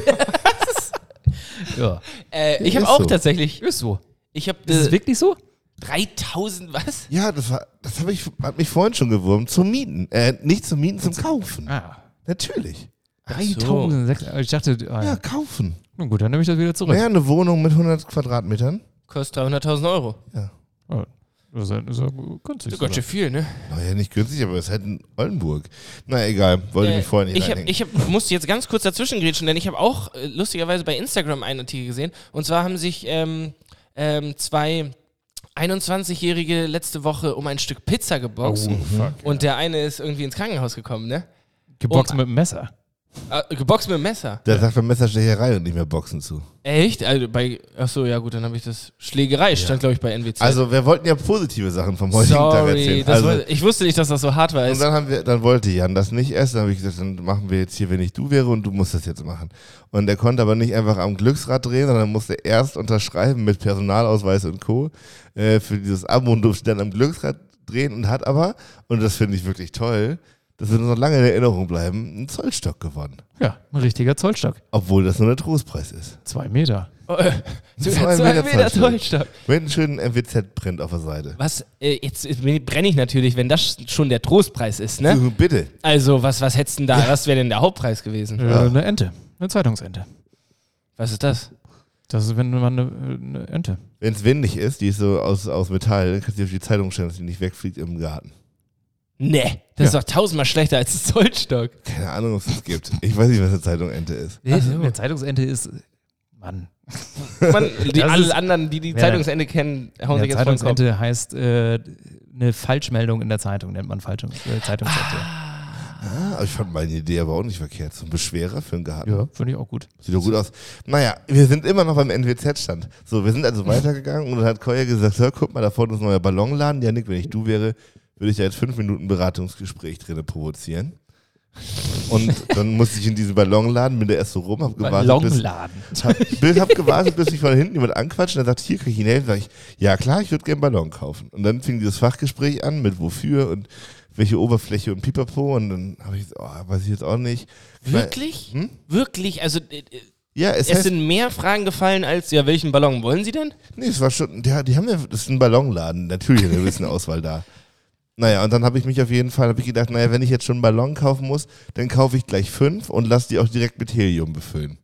S4: ja.
S3: Äh, ich habe
S1: Ist
S3: auch
S1: so.
S3: tatsächlich.
S4: Ist so.
S3: Ich habe
S4: Ist es
S3: äh,
S4: wirklich so?
S3: 3000 was?
S1: Ja, das, war, das hab ich, hat mich vorhin schon gewurmt. Zum Mieten. Äh, nicht zum Mieten, zum Kaufen.
S4: Ah.
S1: Natürlich.
S3: so.
S4: 3006. Ich dachte, ah,
S1: Ja, kaufen.
S4: nun gut, dann nehme ich das wieder zurück.
S1: Naja, eine Wohnung mit 100 Quadratmetern.
S3: Kostet 300.000 Euro.
S4: Ja. Oh, Das ist ja- das ist ja günstig.
S3: Ganz schön viel, ne?
S1: Naja, nicht günstig, aber es ist halt in Oldenburg. Na egal, wollte
S3: Äh,
S1: mich vorhin nicht
S3: ich, hab,
S1: reinhängen.
S3: ich hab, musste jetzt ganz kurz dazwischen grätschen, denn ich habe auch äh, lustigerweise bei Instagram einen Artikel gesehen. Und zwar haben sich ähm, ähm, zwei 21-Jährige letzte Woche um ein Stück Pizza
S1: Oh,
S3: geboxt. Mhm. und der eine ist irgendwie ins Krankenhaus gekommen, ne?
S4: Geboxt
S3: Oh.
S4: mit dem Messer.
S3: Äh, geboxt mit dem Messer.
S1: da sagt man Messerstecherei und nicht mehr Boxen zu.
S3: Echt? Also bei, achso, ja gut, dann habe ich das Schlägerei, stand glaube ich bei NWZ.
S1: Also, wir wollten ja positive Sachen vom heutigen Tag
S3: Sorry,
S1: erzählen.
S3: das
S1: Also,
S3: war, ich wusste nicht, dass das so hart war.
S1: und
S3: Es-
S1: dann, haben wir, dann wollte Jan das nicht essen. Dann habe ich gesagt, dann machen wir jetzt hier, wenn ich du wäre und du musst das jetzt machen. Und er konnte aber nicht einfach am Glücksrad drehen, sondern musste erst unterschreiben mit Personalausweis und Co. Äh, für dieses Abo und durfte dann am Glücksrad drehen und hat aber, und das finde ich wirklich toll, das wird uns noch lange in Erinnerung bleiben, einen Zollstock gewonnen.
S4: Ja, ein richtiger Zollstock.
S1: Obwohl das nur der Trostpreis ist.
S4: Zwei Meter.
S3: Oh, äh,
S1: Zwei
S3: zwei
S1: Meter
S3: Meter
S1: Zollstock.
S3: Zollstock.
S1: Mit einem schönen MWZ-Print auf der Seite.
S3: Was, äh, jetzt äh, brenne ich natürlich, wenn das schon der Trostpreis ist, ne?
S1: Du, Bitte.
S3: Also, was, was hättest du denn da, was wäre denn der Hauptpreis gewesen?
S4: Äh, Eine Ente. Eine Zeitungsente.
S3: Was ist das?
S4: Das ist, wenn man eine, eine Ente.
S1: Wenn es windig ist, die ist so aus, aus Metall, dann kannst du die auf die Zeitung stellen, dass die nicht wegfliegt im Garten.
S3: Nee, Ne, das ist doch tausendmal schlechter als ein Zollstock.
S1: Keine Ahnung, ob es das gibt. Ich weiß nicht, was eine Zeitung Ente ist.
S4: Also, eine Zeitungsente ist. Mann.
S3: Man, die,
S4: Das
S3: alle
S4: ist-
S3: anderen, die die
S4: Ja.
S3: Zeitungsende kennen, hauen
S4: Eine
S3: sich jetzt voll den Kopf.
S4: Zeitungsente heißt äh, eine Falschmeldung in der Zeitung, nennt man Falschung, äh, Zeitungsente.
S1: Ah, aber ich fand meine Idee aber auch nicht verkehrt. So ein Beschwerer für den Garten.
S4: Ja, finde ich auch gut.
S1: Sieht doch gut aus. Naja, wir sind immer noch beim NWZ-Stand. So, wir sind also weitergegangen und dann hat Koya gesagt, hör, guck mal, da vorne ist ein neuer Ballonladen. Ja, Nick, wenn ich du wäre, würde ich da jetzt fünf Minuten Beratungsgespräch drinne provozieren. Und dann musste ich in diesen Ballonladen, bin da erst so rum, hab gewartet, bis,
S4: Ballonladen.
S1: hab, Bill hab gewartet, bis mich von hinten jemand anquatscht und er sagt, hier kann ich Ihnen helfen. Sag ich, ja klar, ich würde gerne einen Ballon kaufen. Und dann fing dieses Fachgespräch an mit wofür und welche Oberfläche und Pipapo und dann habe ich, oh, weiß ich jetzt auch nicht.
S3: Wirklich?
S1: Hm?
S3: Wirklich? Also, äh, äh,
S1: Ja, es,
S3: es
S1: heißt,
S3: sind mehr Fragen gefallen als, ja, welchen Ballon wollen Sie denn?
S1: nee, es war schon, ja, die haben ja, das ist ein Ballonladen, natürlich eine gewisse Auswahl da. Naja, und dann habe ich mich auf jeden Fall, habe ich gedacht, naja, wenn ich jetzt schon einen Ballon kaufen muss, dann kaufe ich gleich fünf und lasse die auch direkt mit Helium befüllen.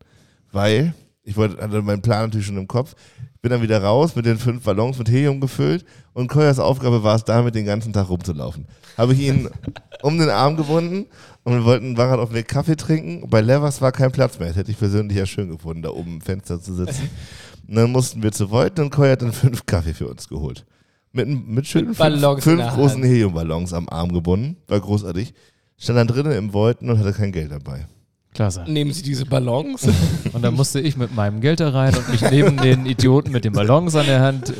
S1: Weil, ich wollte, hatte meinen Plan natürlich schon im Kopf, bin dann wieder raus mit den fünf Ballons mit Helium gefüllt und Koyas Aufgabe war es, damit den ganzen Tag rumzulaufen. Habe ich ihn um den Arm gewunden und wir wollten Warat auf einen Kaffee trinken. Bei Levers war kein Platz mehr. Das hätte ich persönlich ja schön gefunden, da oben im Fenster zu sitzen. Und dann mussten wir zu Voigt und Koya hat dann fünf Kaffee für uns geholt. Mit, mit schönen
S3: Mit
S1: fünf,
S3: Ballons in
S1: fünf
S3: der
S1: großen
S3: Hand.
S1: Heliumballons am Arm gebunden. War großartig. Stand dann drinnen im Wolten und hatte kein Geld dabei.
S4: Klasse.
S3: Nehmen Sie diese Ballons?
S4: Und dann musste ich mit meinem Geld da rein und mich neben den Idioten mit den Ballons an der Hand äh,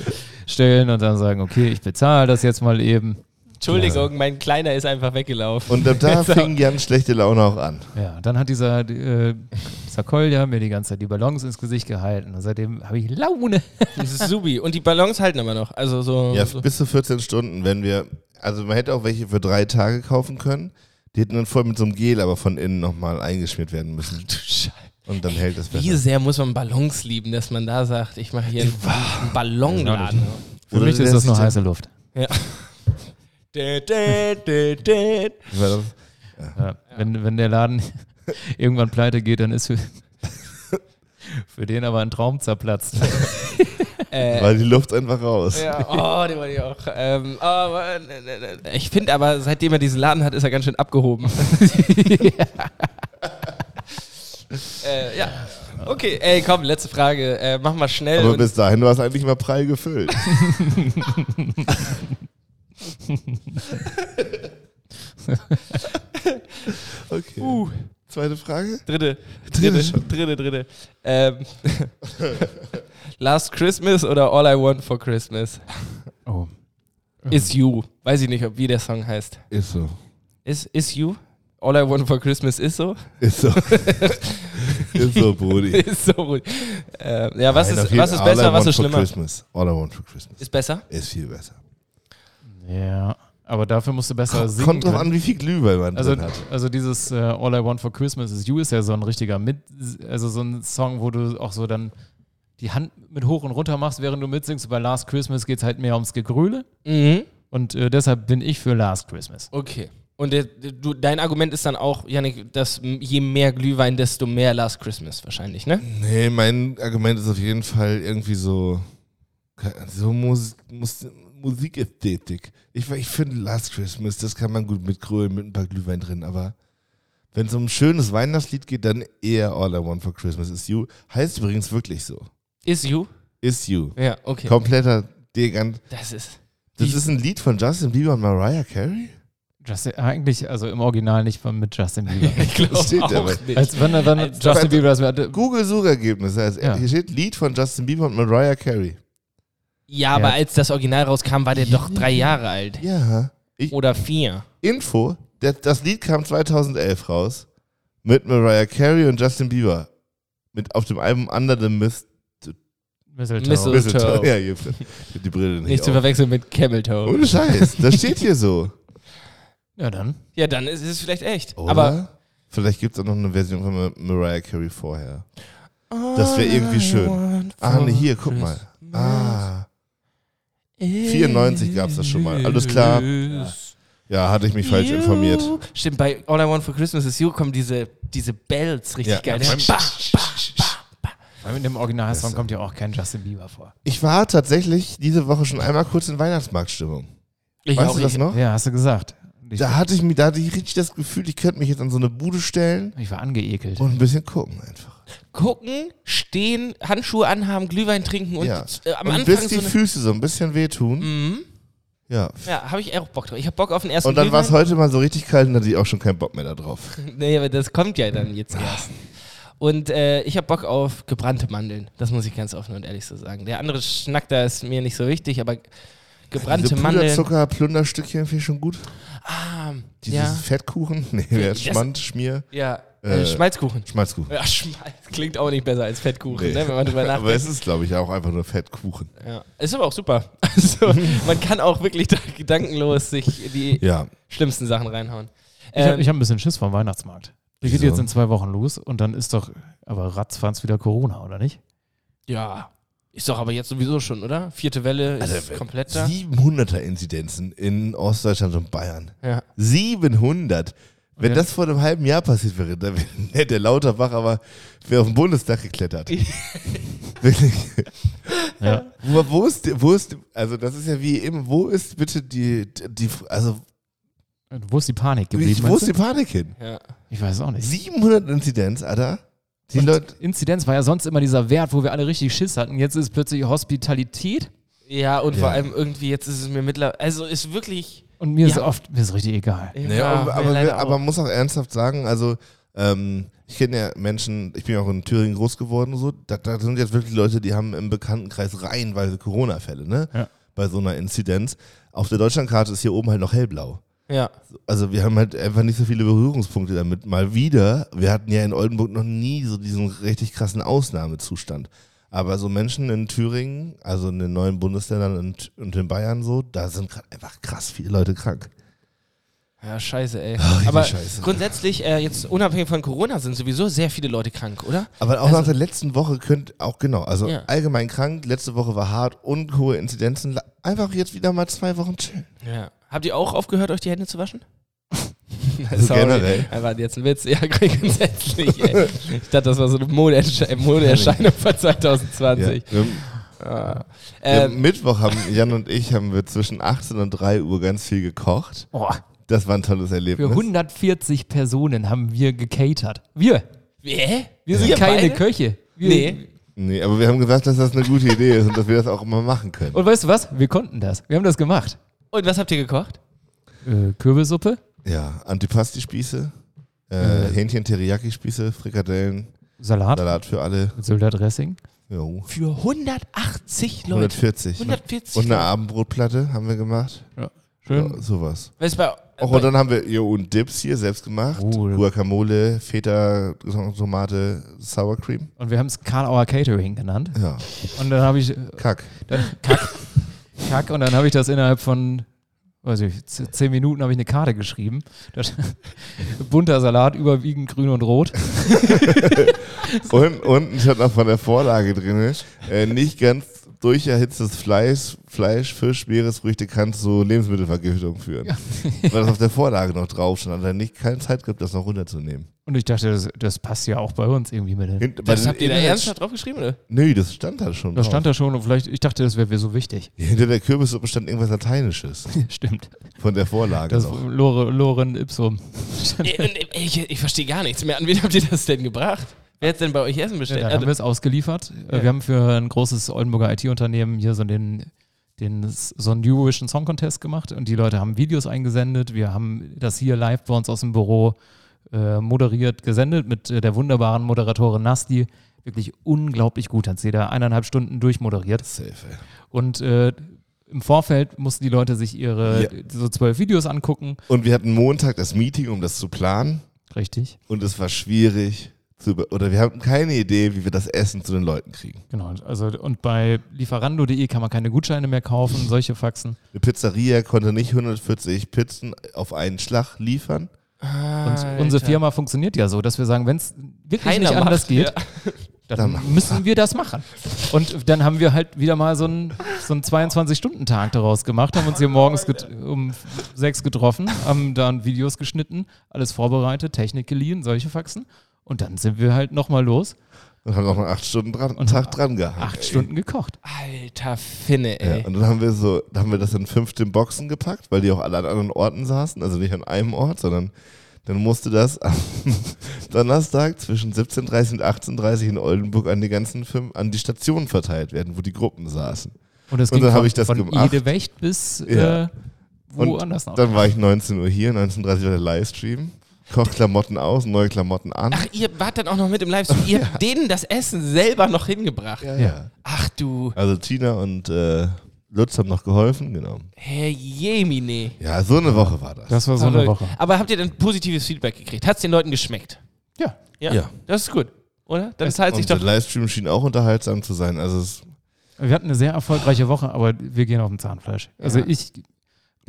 S4: stellen und dann sagen, okay, ich bezahle das jetzt mal eben.
S3: Entschuldigung, mein Kleiner ist einfach weggelaufen.
S1: Und ab da fing Jan schlechte Laune auch an.
S4: Ja, dann hat dieser, äh, dieser Kolja mir die ganze Zeit die Ballons ins Gesicht gehalten und seitdem habe ich Laune.
S3: Das ist Subi. Und die Ballons halten immer noch. Also so.
S1: Ja,
S3: so.
S1: bis zu 14 Stunden, wenn wir. Also man hätte auch welche für drei Tage kaufen können. Die hätten dann voll mit so einem Gel aber von innen nochmal eingeschmiert werden müssen.
S3: Scheiße.
S1: Und dann hält das
S3: Wie
S1: besser.
S3: sehr muss man Ballons lieben, dass man da sagt, ich mache hier einen Ballonladen.
S4: Für
S1: Oder
S4: mich
S1: der
S4: ist das
S1: sich
S4: nur
S1: dann-
S4: heiße Luft.
S3: Ja. Dä, dä, dä, dä.
S1: Wie war das?
S4: Ja. Wenn, wenn der Laden irgendwann pleite geht, dann ist für, für den aber ein Traum zerplatzt.
S3: Äh,
S1: Weil die Luft einfach raus.
S3: ja, oh, den wollte ich auch. Ähm, aber, ne, ne, ne. ich finde aber, seitdem er diesen Laden hat, ist er ganz schön abgehoben. äh, ja. Okay, ey, komm, letzte Frage. Äh, mach mal schnell.
S1: Aber
S3: und-
S1: bis dahin war es eigentlich immer prall gefüllt. okay.
S3: Uh.
S1: Zweite Frage?
S3: Dritte, dritte, dritte, dritte. Ähm, Last Christmas oder All I Want for Christmas
S4: Oh.
S3: is You. Weiß ich nicht, ob wie der Song heißt.
S1: Ist so.
S3: Is, is You? All I Want for Christmas is so?
S1: Ist so. ist so, Brudi.
S3: Ist so gut. Äh, ja, was
S1: Nein, auf
S3: ist,
S1: jeden-
S3: was ist
S1: All I
S3: besser,
S1: want
S3: was ist
S1: for
S3: schlimmer?
S1: Christmas. All I want for Christmas.
S3: Ist besser?
S1: Ist viel besser.
S4: Ja, aber dafür musst du besser singen
S1: Kommt drauf
S4: können.
S1: an, wie viel Glühwein man
S4: Also,
S1: drin hat.
S4: also dieses äh, All I Want for Christmas is You ist ja so ein richtiger mit, also so ein Song, wo du auch so dann die Hand mit hoch und runter machst, während du mitsingst. Bei Last Christmas geht es halt mehr ums Gegröle.
S3: Mhm.
S4: Und äh, deshalb bin ich für Last Christmas.
S3: Okay. Und der, der- du, dein Argument ist dann auch, Janik, dass m- je mehr Glühwein, desto mehr Last Christmas wahrscheinlich, ne?
S1: Nee, mein Argument ist auf jeden Fall irgendwie so, so Mus Mus Musikästhetik. Ich, ich finde Last Christmas, das kann man gut mitgrölen mit ein paar Glühwein drin, aber wenn es um ein schönes Weihnachtslied geht, dann eher All I Want for Christmas is You. Heißt übrigens wirklich so.
S3: Is You?
S1: Is You.
S3: Ja, okay.
S1: Kompletter Degant.
S3: Das ist.
S1: Das
S3: Die-
S1: ist ein Lied von Justin Bieber und Mariah Carey?
S4: Justin, eigentlich, also im Original nicht von, mit Justin Bieber.
S3: Ich glaube
S1: steht
S3: auch
S1: dabei.
S3: nicht.
S4: Als wenn, wenn
S3: Als-
S4: Justin Bieber das äh, wäre.
S1: Google-Suchergebnis. Also
S4: Ja.
S1: Hier steht Lied von Justin Bieber und Mariah Carey.
S3: Ja, aber
S4: Ja.
S3: als das Original rauskam, war der doch drei Jahre alt.
S1: Ja.
S3: Oder vier.
S1: Info, das, das Lied kam 2011 raus mit Mariah Carey und Justin Bieber. Mit auf dem Album Under the Mist.
S4: Mistletoe.
S3: Mistletoe. Mistletoe.
S1: Ja, ihr- die Brille nicht.
S3: Oh, Nicht zu
S1: auf.
S3: verwechseln mit Cameltoe.
S1: Ohne Scheiß, das steht hier so.
S4: Ja, dann.
S3: Ja, dann ist es vielleicht echt.
S1: Oder?
S3: Aber
S1: Vielleicht gibt es auch noch eine Version von Ma- Mariah Carey vorher. Das wäre irgendwie schön. Ah, nee, hier, guck mal. Ah. 94 gab es das schon mal. Alles klar. Ja, hatte ich mich falsch
S3: You.
S1: informiert.
S3: Stimmt, bei All I Want for Christmas is You kommen diese, diese Bells richtig
S1: Ja.
S3: geil.
S1: Ja,
S3: Bah, bah, bah.
S4: Weil mit dem Originalsong kommt ja auch kein Justin Bieber vor.
S1: Ich war tatsächlich diese Woche schon einmal kurz in Weihnachtsmarktstimmung.
S3: Ich
S1: Weißt
S3: auch,
S1: du das
S3: ich-
S1: noch?
S4: Ja, hast du gesagt. Ich,
S1: Da hatte ich mir, da hatte ich richtig das Gefühl, ich könnte mich jetzt an so eine Bude stellen
S4: ich war angeekelt.
S1: und ein bisschen gucken einfach.
S3: Gucken, stehen, Handschuhe anhaben, Glühwein trinken und
S1: ja.
S3: äh, am
S1: und
S3: Anfang
S1: bis die
S3: so eine, Mhm.
S1: Füße so ein bisschen wehtun. Ja.
S3: Ja, habe ich auch Bock drauf. Ich habe Bock auf den ersten
S1: Und dann war es
S3: Glühwein.
S1: heute mal so richtig kalt und hatte ich auch schon keinen Bock mehr da drauf.
S3: Nee, aber das kommt ja dann jetzt erst. Und äh, ich habe Bock auf gebrannte Mandeln. Das muss ich ganz offen und ehrlich so sagen. Der andere Schnack da ist mir nicht so wichtig, aber gebrannte
S1: Diese
S3: Mandeln.
S1: Puderzucker, Plunderstückchen finde ich schon gut.
S3: Ah,
S1: Dieses
S3: ja,
S1: Fettkuchen, nee, wer
S3: Das-
S1: Schmand, Schmier,
S3: ja. Äh,
S1: Äh,
S3: Schmalzkuchen.
S1: Schmalzkuchen.
S3: Ja, Schmalz klingt auch nicht besser als Fettkuchen,
S1: Nee.
S3: ne, wenn man drüber nachdenkt.
S1: Aber es ist, glaube ich, auch einfach nur Fettkuchen.
S3: Ja. Ist aber auch super. Also, man kann auch wirklich da gedankenlos sich die
S1: Ja,
S3: schlimmsten Sachen reinhauen.
S4: Ich habe
S3: Ähm,
S4: ich hab ein bisschen Schiss vom Weihnachtsmarkt. Der geht
S1: Wieso?
S4: jetzt in zwei Wochen los und dann ist doch aber ratzfatz wieder Corona, oder nicht?
S3: ja. Ist doch aber jetzt sowieso schon, oder? Vierte Welle ist
S1: Also,
S3: komplett da.
S1: 700er Inzidenzen in Ostdeutschland und Bayern.
S3: Ja.
S1: 700. Wenn
S4: Ja.
S1: das vor einem halben Jahr passiert wäre, dann hätte der Lauterbach aber wäre auf den Bundestag geklettert. Wirklich.
S4: Ja.
S1: Wo, wo ist, die- wo ist, also das ist ja wie eben, wo ist bitte die, die also
S4: Wo ist die Panik geblieben?
S1: wo
S4: meinst
S1: ist die Panik hin?
S3: Ja.
S4: du? ich weiß auch nicht.
S1: 700 Inzidenz, Alter. Die Leute,
S4: Inzidenz war ja sonst immer dieser Wert, wo wir alle richtig Schiss hatten. Jetzt ist plötzlich Hospitalität
S3: ja, und vor
S1: Ja.
S3: allem irgendwie, jetzt ist es mir mittlerweile. Also ist wirklich.
S4: und mir ist
S3: Ja.
S4: oft mir ist richtig egal.
S1: Nee,
S3: Ja,
S1: aber,
S3: mir
S1: aber,
S3: leider
S1: wir, aber
S3: auch.
S1: man muss auch ernsthaft sagen, also ähm, ich kenne ja Menschen, ich bin ja auch in Thüringen groß geworden, so, da, da sind jetzt wirklich Leute, die haben im Bekanntenkreis reihenweise Corona-Fälle, ne?
S4: Ja.
S1: Bei so einer Inzidenz. Auf der Deutschlandkarte ist hier oben halt noch hellblau.
S3: Ja.
S1: Also wir haben halt einfach nicht so viele Berührungspunkte damit. Mal wieder, wir hatten ja in Oldenburg noch nie so diesen richtig krassen Ausnahmezustand. Aber so Menschen in Thüringen, also in den neuen Bundesländern und, und in Bayern so, da sind gerade einfach krass viele Leute krank.
S3: Ja, scheiße, ey.
S1: richtig
S3: aber
S1: scheiße.
S3: grundsätzlich, äh, jetzt unabhängig von Corona, sind sowieso sehr viele Leute krank, oder?
S1: Aber auch nach der letzten Woche könnt auch genau, also
S3: Also Ja.
S1: allgemein krank, letzte Woche war hart und hohe Inzidenzen. La- Einfach jetzt wieder mal zwei Wochen chillen.
S3: Ja. Habt ihr auch aufgehört, euch die Hände zu waschen?
S1: Also generell.
S3: Das war jetzt ein Witz. Ja, grundsätzlich, ey. Ich dachte, das war so eine Modeersche äh, Modeerscheinung von 2020.
S1: Ja. Ähm,
S3: Ah.
S1: am
S3: Ähm,
S1: Mittwoch haben Jan und ich haben wir zwischen 18 und 3 Uhr ganz viel gekocht.
S4: Oh,
S1: Das war ein tolles
S4: für
S1: Erlebnis.
S4: 140 Personen haben wir gecatert. Wir,
S3: hä?
S4: wir sind
S3: Ja.
S4: keine
S3: Beide?
S4: Köche. Wir,
S3: Nee.
S1: Nee, aber wir haben gesagt, dass das eine gute Idee ist und dass wir das auch immer machen können.
S4: Und weißt du was? Wir konnten das. Wir haben das gemacht.
S3: Und was habt ihr gekocht?
S4: Äh, Kürbissuppe,
S1: Ja, Antipasti-Spieße, äh, Hähnchen-Teriyaki-Spieße, Frikadellen,
S4: Salat,
S1: Salat für alle.
S4: mit Sylter-Dressing.
S1: Jo.
S3: Für 180 Leute.
S1: 140.
S3: 140
S1: Und eine
S3: Leute.
S1: Abendbrotplatte haben wir gemacht.
S4: Schön.
S1: Ja, sowas.
S3: Weißt du, bei,
S1: Auch
S3: bei,
S1: und dann haben wir jo, und Dips hier selbst gemacht.
S4: Oh, ja.
S1: Guacamole, Feta, Tomate, Sour Cream.
S4: Und wir haben es Karlauer Catering genannt.
S1: Ja,
S4: Und dann habe ich äh,
S1: kack.
S4: dann Kack. Kack. Und dann habe ich das innerhalb von, weiß ich, z- zehn Minuten habe ich eine Karte geschrieben. Das, bunter Salat, überwiegend grün und rot.
S1: Und unten stand noch von der Vorlage drin, äh, nicht ganz durcherhitztes Fleisch, Fleisch, Fisch, Meeresfrüchte kann zu Lebensmittelvergiftung führen. Weil das auf der Vorlage noch drauf stand, hat er nicht keine Zeit gehabt, das noch runterzunehmen.
S4: Und ich dachte, das, das passt ja auch bei uns irgendwie mit. hin.
S1: Hint- bei
S3: das
S1: den
S3: habt ihr da
S1: Inhalts-
S3: ernsthaft draufgeschrieben, oder?
S1: Nö, das stand da schon.
S4: Da
S1: drauf.
S4: stand da schon und vielleicht, ich dachte, das wäre mir so wichtig.
S1: Hinter der Kürbissuppe stand irgendwas Lateinisches
S4: Stimmt.
S1: von der Vorlage.
S4: Das
S1: noch.
S4: Lore, Loren Ipsum.
S3: Ey, und, ey, ich ich verstehe gar nichts mehr. An wen habt ihr das denn gebracht? Wer hat denn bei euch Essen
S4: Ja,
S3: bestellt?
S4: dann haben wir
S3: Also,
S4: es ausgeliefert. Äh, Wir haben für ein großes Oldenburger IT-Unternehmen hier so den, den S- so einen Eurovision Song Contest gemacht und die Leute haben Videos eingesendet. Wir haben das hier live bei uns aus dem Büro äh, moderiert, gesendet mit äh, der wunderbaren Moderatorin Nasti. Wirklich unglaublich gut, hat sie da eineinhalb Stunden durchmoderiert.
S1: Safe, ey.
S4: Und äh, im Vorfeld mussten die Leute sich ihre
S1: Ja.
S4: so zwölf Videos angucken.
S1: Und wir hatten Montag das Meeting, um das zu planen.
S4: Richtig.
S1: Und es war schwierig Super. Oder wir haben keine Idee, wie wir das Essen zu den Leuten kriegen.
S4: Genau, also und bei lieferando.de kann man keine Gutscheine mehr kaufen, solche Faxen.
S1: Eine Pizzeria konnte nicht 140 Pizzen auf einen Schlag liefern.
S4: Und unsere Firma funktioniert ja so, dass wir sagen, wenn es wirklich
S3: Keiner
S4: nicht anders
S3: macht,
S4: geht,
S3: ja.
S1: Dann
S4: dann
S1: machen
S4: müssen wir das machen. Und dann haben wir halt wieder mal so einen, so einen 22-Stunden-Tag daraus gemacht, haben uns hier morgens get um sechs getroffen, haben dann Videos geschnitten, alles vorbereitet, Technik geliehen, solche Faxen. Und dann sind wir halt nochmal los,
S1: Und haben auch mal acht Stunden dran,
S4: Und
S1: Tag dran gehangen.
S4: acht Stunden gekocht.
S3: Alter Finne, ey.
S1: Ja, und dann haben wir so, dann haben wir das in 15 Boxen gepackt, weil die auch alle an anderen Orten saßen, also nicht an einem Ort, sondern dann musste das am Donnerstag zwischen 17.30 und 18.30 in Oldenburg an die ganzen Firmen, an die Stationen verteilt werden, wo die Gruppen saßen.
S4: Und das
S1: Und
S4: ging
S1: dann hab
S4: von,
S1: ich das
S4: von
S1: gemacht.
S4: Edewecht bis
S1: Ja.
S4: äh,
S1: Und
S4: woanders noch.
S1: Dann war ich 19 Uhr hier, 19.30 war der Livestream, koch Klamotten aus, neue Klamotten an.
S3: Ach, ihr wart dann auch noch mit im Livestream. Ihr habt denen das Essen selber noch hingebracht.
S1: ja,
S4: ja.
S3: Ach du,
S1: Also Tina und äh, Lutz haben noch geholfen, genau.
S3: Herr Jemine.
S1: Ja, so eine Woche war das.
S4: Das war so eine
S3: Verrückt.
S4: Woche.
S3: Aber habt ihr dann positives Feedback gekriegt? Hat es den Leuten geschmeckt?
S4: Ja.
S1: Ja.
S3: Das ist gut, oder? Dann zahlt sich
S1: und der
S3: doch.
S1: Livestream schien auch unterhaltsam zu sein. Also es,
S4: Wir hatten eine sehr erfolgreiche Woche, aber wir gehen auf dem Zahnfleisch. Also ich.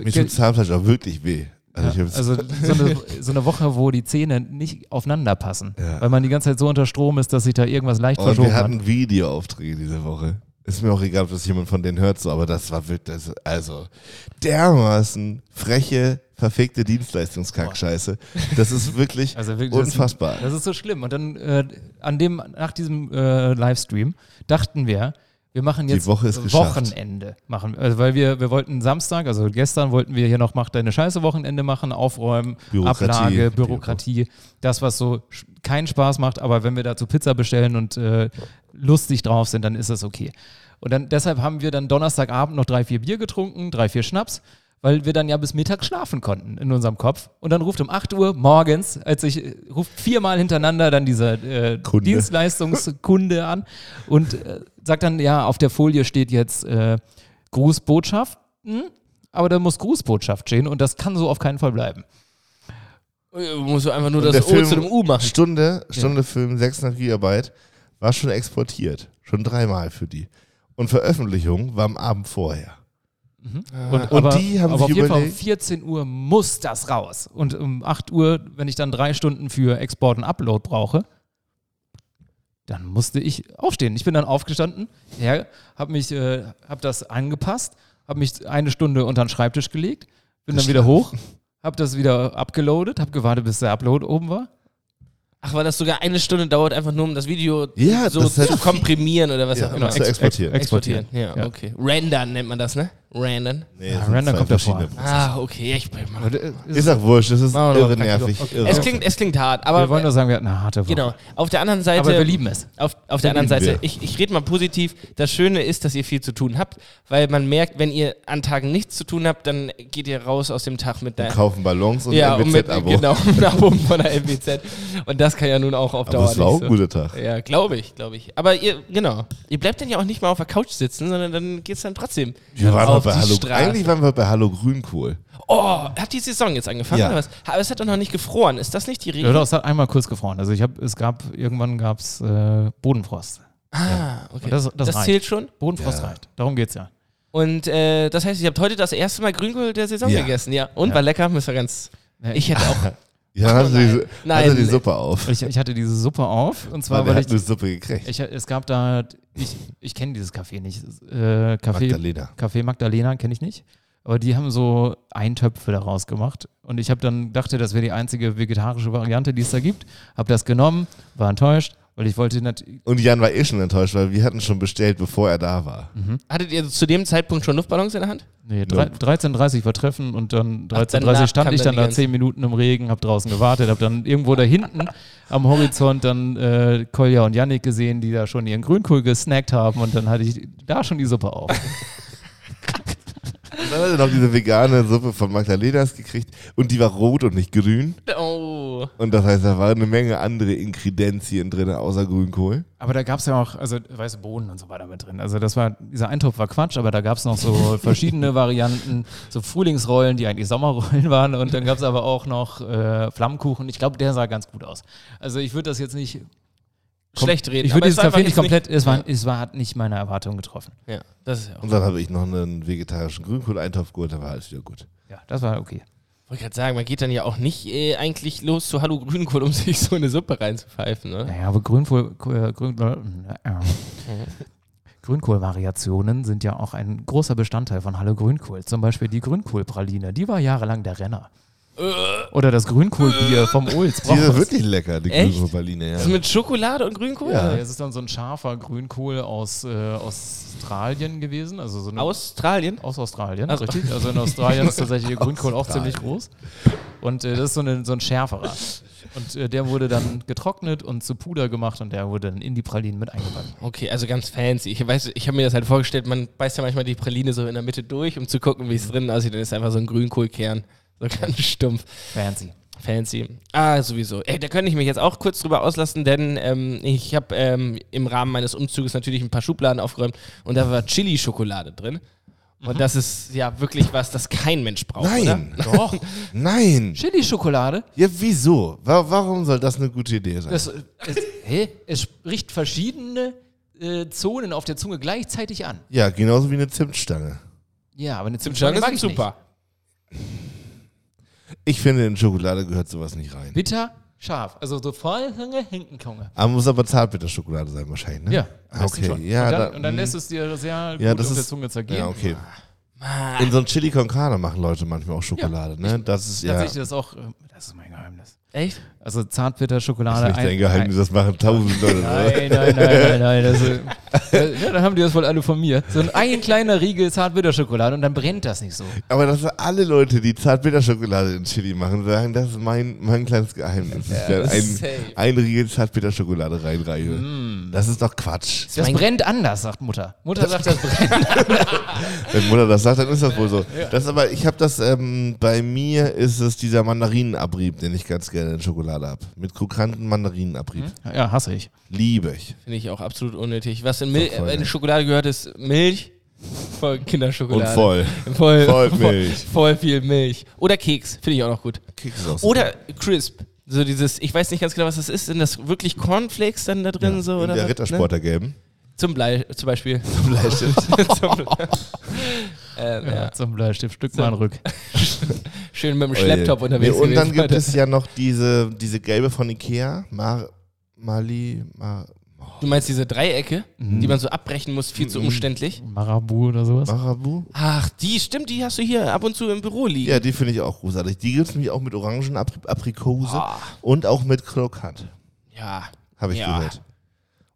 S1: mir tut Zahnfleisch auch wirklich weh. Also
S4: Ja,
S1: ich hab's-
S4: also so eine, so eine Woche, wo die Zähne nicht aufeinander passen,
S1: Ja.
S4: weil man die ganze Zeit so unter Strom ist, dass sich da irgendwas leicht
S1: Und
S4: verschoben
S1: Oh, wir
S4: hat.
S1: hatten Videoaufträge diese Woche. Ist mir auch egal, ob das jemand von denen hört, so, aber das war wirklich, das, also dermaßen freche, verfickte Dienstleistungskackscheiße. Das ist wirklich
S4: Also wirklich, das-
S1: unfassbar.
S4: Das ist so schlimm. Und dann äh, an dem, nach diesem äh, Livestream dachten wir, wir machen
S1: Die
S4: jetzt
S1: Woche ist geschafft.
S4: Wochenende. Machen, also weil wir, wir wollten Samstag, also gestern wollten wir hier noch Mach deine Scheiße Wochenende machen, aufräumen,
S1: Bürokratie.
S4: Ablage, Bürokratie, das, was so sch- keinen Spaß macht, aber wenn wir dazu Pizza bestellen und äh, lustig drauf sind, dann ist das okay. Und dann deshalb haben wir dann Donnerstagabend noch drei, vier Bier getrunken, drei, vier Schnaps, weil wir dann ja bis Mittag schlafen konnten in unserem Kopf. Und dann ruft um 8 Uhr morgens, als ich äh, ruft viermal hintereinander dann dieser äh,
S1: Kunde.
S4: Dienstleistungskunde an und äh, sagt dann, ja, auf der Folie steht jetzt äh, Grußbotschaft. Hm? Aber da muss Grußbotschaft stehen und das kann so auf keinen Fall bleiben.
S3: Äh, Musst du einfach nur
S1: Und
S3: das O zu dem U machen.
S1: Stunde, Stunde Film, 600 Gigabyte, war schon exportiert. Schon dreimal für die. Und Veröffentlichung war am Abend vorher.
S4: Mhm.
S1: Ah.
S4: Und,
S1: Und
S4: aber,
S1: die haben
S4: aber
S1: sich
S4: auf jeden Fall um
S1: überlegt-
S4: 14 Uhr muss das raus. Und um 8 Uhr, wenn ich dann drei Stunden für Export und Upload brauche, dann musste ich aufstehen. Ich bin dann aufgestanden, ja, habe mich, äh, habe das angepasst, habe mich eine Stunde unter den Schreibtisch gelegt, bin dann wieder hoch, habe das wieder abgeloadet, habe gewartet, bis der Upload oben war.
S3: Ach, weil das sogar eine Stunde dauert, einfach nur um das Video
S1: Ja,
S3: so
S1: das
S3: zu
S1: hat-
S3: komprimieren oder was
S1: Ja,
S3: auch
S4: genau,
S3: immer.
S1: zu exportieren.
S4: exportieren.
S3: Ja,
S4: Ja.
S3: okay. Rendern nennt man das, ne? Rendern.
S1: Nee,
S4: Ah,
S1: es sind
S4: Render
S1: zwei
S4: kommt davor.
S1: verschiedene Prozesse.
S3: Ah, okay. Ja, ich bin mal.
S4: Und, äh, es-
S1: Ist auch wurscht, das ist
S3: Machen wir noch
S1: irre
S3: mal kein
S1: nervig. Irre.
S3: Es klingt, es klingt hart, aber
S4: wir wollen nur sagen, wir hatten eine harte Woche.
S3: genau. Auf der anderen Seite.
S4: Aber wir lieben es.
S3: Auf, auf der anderen
S1: lieben
S3: Seite,
S1: wir.
S3: ich, ich rede mal positiv. Das Schöne ist, dass ihr viel zu tun habt, weil man merkt, wenn ihr an Tagen nichts zu tun habt, dann geht ihr raus aus dem Tag mit
S1: Wir
S3: der
S1: kaufen Ballons und ja,
S3: ja, und mit,
S1: MWZ-Abo.
S3: genau, ein Abo von der MWZ. Und das kann ja nun auch auf
S1: Aber
S3: Dauer
S1: es war auch
S3: so.
S1: ein guter Tag.
S3: Ja, glaube ich, glaube ich. Aber ihr, genau, ihr bleibt dann ja auch nicht mal auf der Couch sitzen, sondern dann geht's dann trotzdem
S1: Wir waren
S3: auf
S1: doch bei
S3: die
S1: Hallo,
S3: Straße.
S1: eigentlich waren wir bei Hallo Grünkohl.
S3: oh, hat die Saison jetzt angefangen
S1: Ja.
S3: oder was? Aber es hat doch noch nicht gefroren. Ist das nicht die
S4: Ja,
S3: Regel?
S4: doch, es hat einmal kurz gefroren. Also ich habe, es gab, irgendwann gab es äh, Bodenfrost.
S3: ah, okay.
S4: Und das- das reicht.
S3: zählt schon.
S4: Bodenfrost
S1: Ja.
S4: reicht. Darum geht's ja.
S3: Und äh, das heißt, ihr habt heute das erste Mal Grünkohl der Saison
S1: Ja.
S3: gegessen, ja. Und war lecker, müssen wir ganz.
S4: Ja,
S3: Ich hätte auch.
S1: Ja, dann hatte,
S3: Oh nein.
S1: Die, hatte
S3: Nein.
S1: die Suppe auf.
S4: Ich, ich hatte diese Suppe auf und zwar,
S1: Weil wir
S4: weil
S1: hatten eine
S4: ich,
S1: Suppe gekriegt.
S4: ich, es gab da, ich, ich kenne dieses Café nicht. Äh, Café
S1: Magdalena.
S4: Magdalena, Café Magdalena kenne ich nicht. Aber die haben so Eintöpfe daraus gemacht. Und ich habe dann dachte, das wäre die einzige vegetarische Variante, die es da gibt. Habe das genommen, war enttäuscht, weil ich wollte natürlich.
S1: Und Jan war eh schon enttäuscht, weil wir hatten schon bestellt, bevor er da war.
S3: Hattet ihr zu dem Zeitpunkt schon Luftballons in der Hand?
S4: Nee, drei- 13.30 war Treffen und dann
S3: Ach,
S4: 13.30
S3: danach
S4: stand
S3: kam
S4: ich
S3: dann
S4: dann
S3: die
S4: da
S3: ganze-
S4: zehn Minuten im Regen, hab draußen gewartet, hab dann irgendwo da hinten am Horizont dann äh, Kolja und Yannick gesehen, die da schon ihren Grünkohl gesnackt haben und dann hatte ich da schon die Suppe auf.
S1: Und dann hat er noch diese vegane Suppe von Magdalenas gekriegt. Und die war rot und nicht grün.
S3: Oh.
S1: Und das heißt, da waren eine Menge andere Inkredenzien drin, außer Grünkohl.
S4: Aber da gab es ja auch, also weiße Bohnen und so weiter mit drin. Also das war, dieser Eintopf war Quatsch, aber da gab es noch so verschiedene Varianten, so Frühlingsrollen, die eigentlich Sommerrollen waren und dann gab es aber auch noch äh, Flammkuchen. Ich glaube, der sah ganz gut aus. Also ich würde das jetzt nicht
S3: schlecht reden.
S4: Ich würde
S3: aber es
S4: dieses
S3: ist einfach
S4: Café nicht
S3: jetzt
S4: komplett, es, war, es war, hat nicht meine Erwartungen getroffen.
S3: Ja, das ist ja auch.
S1: Und dann habe ich noch einen vegetarischen Grünkohleintopf geholt, da war alles wieder gut.
S4: Ja, das war okay.
S3: Wollte gerade sagen, man geht dann ja auch nicht äh, eigentlich los zu Hallo Grünkohl, um sich so eine Suppe reinzupfeifen. Ne?
S4: Naja, aber Grünkohl, äh, Grün, äh, äh. Grünkohlvariationen sind ja auch ein großer Bestandteil von Hallo Grünkohl. Zum Beispiel die Grünkohlpraline, die war jahrelang der Renner. Oder das Grünkohlbier vom Ols.
S1: Äh. Die ist
S4: Brochers.
S1: wirklich lecker, die
S3: Echt?
S1: Grünkohlpraline. Ja.
S3: Das mit Schokolade und Grünkohl?
S4: Ja, das ist dann so ein scharfer Grünkohl aus äh, Australien gewesen. Also so eine
S3: Australien?
S4: Aus Australien,
S3: Also-
S4: richtig. Also in Australien ist tatsächlich der Grünkohl auch ziemlich groß. Und äh, das ist so, eine, so ein schärferer. Und äh, der wurde dann getrocknet und zu Puder gemacht und der wurde dann in die Pralinen mit eingepackt.
S3: Okay, also ganz fancy. Ich, weiß, ich habe mir das halt vorgestellt, man beißt ja manchmal die Praline so in der Mitte durch, um zu gucken, wie es drinnen aussieht. Dann ist einfach so ein Grünkohlkern. So ganz stumpf.
S4: Fancy.
S3: Fancy. Ah, sowieso. Ey, da könnte ich mich jetzt auch kurz drüber auslassen, denn ähm, ich habe ähm, im Rahmen meines Umzuges natürlich ein paar Schubladen aufgeräumt und da war Chili-Schokolade drin. Und das ist ja wirklich was, das kein Mensch braucht.
S1: Mhm. Nein,
S3: Oder?
S1: doch. Nein.
S4: Chili-Schokolade?
S1: Ja, wieso? Wa- Warum soll das eine gute Idee sein?
S4: Das, es, hä? es spricht verschiedene äh, Zonen auf der Zunge gleichzeitig an.
S1: ja, genauso wie eine Zimtstange.
S4: Ja, aber eine Zimtstange
S3: Zimtstangen
S4: mag
S3: sind
S4: ich
S3: super.
S1: Ich finde, in Schokolade gehört sowas nicht rein.
S4: nicht. Bitter, scharf. Also so Vollhänge, Hinkenkunge.
S1: Aber muss aber Zartbitterschokolade sein wahrscheinlich, ne?
S4: Ja,
S1: Ah, okay.
S4: schon.
S1: Ja,
S4: und
S1: da-
S4: dann, und dann
S1: mh.
S4: lässt es dir sehr gut
S1: ja, das
S4: auf
S1: ist,
S4: der Zunge zergehen. Ah.
S1: Ja, okay. In so ein Chili con Carne machen Leute manchmal auch Schokolade, ne? Das ist ja.
S4: Tatsächlich ist das auch, äh, das ist mein Geheimnis.
S3: Echt?
S4: Also zartbitter Schokolade.
S1: Nicht dein Geheimnis, das machen tausend Leute. ne?
S4: Nein, nein, nein, nein, nein. Das, ist- ja, dann haben die das wohl alle von mir. So ein, ein kleiner Riegel zartbitter Schokolade und dann brennt das nicht so.
S1: Aber dass alle Leute, die Zartbitterschokolade in Chili machen, sagen, das ist mein, mein kleines Geheimnis. dass ich da
S3: safe. Mm.
S1: ein, ein Riegel Zartbitterschokolade reinreiche. Das ist doch Quatsch.
S4: Das
S3: mein-
S4: brennt anders, sagt Mutter. Mutter sagt, das brennt.
S1: Wenn Mutter das sagt, dann ist das wohl so. Das aber, ich habe das, ähm, bei mir ist es dieser Mandarinenabrieb, den ich ganz gerne in Schokolade habe. Mit krokanten Mandarinenabrieb.
S3: Hm?
S4: Ja, hasse ich.
S1: Liebe ich.
S3: Finde ich auch absolut unnötig. Was in, Mil
S1: Doch, voll,
S3: äh, in
S1: ne?
S3: Schokolade gehört, ist Milch, voll
S1: Und
S3: Kinderschokolade.
S1: voll.
S3: Voll,
S1: Voll
S3: voll,
S1: Milch.
S3: voll viel Milch. Oder Keks, finde ich auch noch gut.
S1: Keks aus.
S3: Oder Crisp. So dieses, ich weiß nicht ganz genau, was das ist. Sind das wirklich Cornflakes dann da drin? so,
S1: In
S3: oder
S1: der
S3: was,
S1: Rittersport der Gelben.
S3: Ne? Zum, Blei, zum Beispiel.
S1: Bleistift.
S3: zum, ähm, ja.
S4: Ja, zum Bleistiftstück mal einen Rück.
S3: Schön mit dem Schlepptop unterwegs.
S1: Nee, und dann
S3: gewesen
S1: gibt
S3: heute.
S1: es ja noch diese, diese gelbe von Ikea. Mar Mali. Mar
S3: Du meinst diese Dreiecke,
S1: Mhm.
S3: die man so abbrechen muss, viel zu umständlich?
S4: Marabu oder sowas.
S1: Marabu?
S3: Ach, die, stimmt, die hast du hier ab und zu im Büro liegen.
S1: Ja, die finde ich auch großartig. Die gibt es nämlich auch mit Orangen, Apri Aprikose
S3: Ah.
S1: und auch mit Krokant.
S3: Ja.
S1: Habe ich
S3: Ja.
S1: gehört.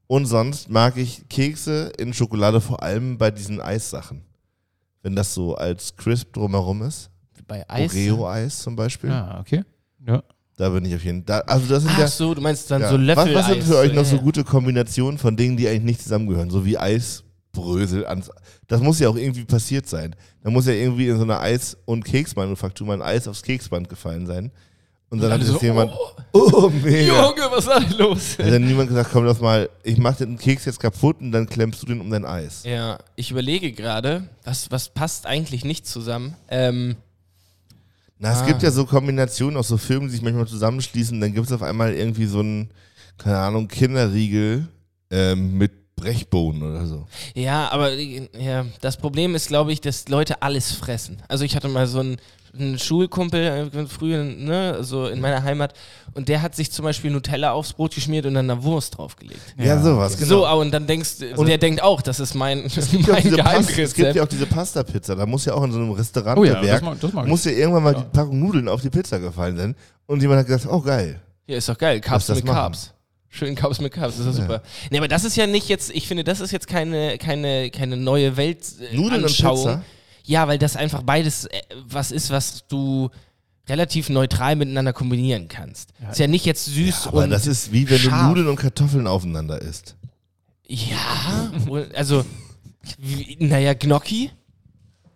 S1: Und sonst mag ich Kekse in Schokolade vor allem bei diesen Eissachen. Wenn das so als Crisp drumherum ist.
S3: Bei Eis.
S1: Oreo-Eis zum Beispiel.
S4: Ja, Ah, okay. Ja.
S1: Da bin ich auf jeden Fall. Also das sind
S3: Ach
S1: ja.
S3: so, du meinst dann
S1: ja.
S3: so Löffel. äh.
S1: was, was sind für euch noch so
S3: ja.
S1: gute Kombinationen von Dingen, die eigentlich nicht zusammengehören? So wie Eisbrösel. Ans das muss ja auch irgendwie passiert sein. Da muss ja irgendwie in so einer Eis- und Keksmanufaktur mal ein Eis aufs Keksband gefallen sein. Und dann hat
S3: alle
S1: es
S3: so,
S1: jemand. Oh, mega.
S3: Junge, was ist da denn los?
S1: Hat dann niemand gesagt, komm, lass mal, ich mach den Keks jetzt kaputt und dann klemmst du den um dein Eis.
S3: Ja, ich überlege gerade, was, was passt eigentlich nicht zusammen. Ähm,
S1: Na, es
S3: Ah.
S1: gibt ja so Kombinationen aus so Filmen, die sich manchmal zusammenschließen, dann gibt es auf einmal irgendwie so einen, keine Ahnung, Kinderriegel ähm, mit Brechbohnen oder so.
S3: ja, aber äh, ja, das Problem ist, glaube ich, dass Leute alles fressen. Also ich hatte mal so einen, einen Schulkumpel äh, früher, ne, so in meiner Heimat, und der hat sich zum Beispiel Nutella aufs Brot geschmiert und dann eine Wurst draufgelegt.
S1: Ja, sowas, genau.
S3: So, ah, und dann denkst und der denkt auch, das ist mein,
S1: Es gibt ja auch
S3: mein
S1: diese Pasta- es gibt ja
S3: Geheimrezept.
S1: auch diese Pasta-Pizza, da muss ja auch in so einem
S4: Oh ja, das
S1: Restaurantewerk,
S4: mag, das mag ich.
S1: muss ja irgendwann mal die Packung Nudeln auf die Pizza gefallen sein und jemand hat gesagt, oh geil.
S3: Ja, ist doch geil.
S1: Lass
S3: Carbs
S1: das
S3: mit
S1: machen.
S3: Carbs. Schön Carbs mit Carbs, das ist doch super. Nee, aber das ist ja nicht jetzt, ich finde, das ist jetzt keine, keine, keine neue Welt. äh,
S1: Nudeln und
S3: Anschauung.
S1: Pizza?
S3: Ja, weil das einfach beides äh, was ist, was du relativ neutral miteinander kombinieren kannst. Ist ja nicht jetzt süß
S1: Aber
S3: und.
S1: das ist wie wenn du
S3: scharf.
S1: Nudeln und Kartoffeln aufeinander isst.
S3: ja, und- also, wie- naja, Gnocchi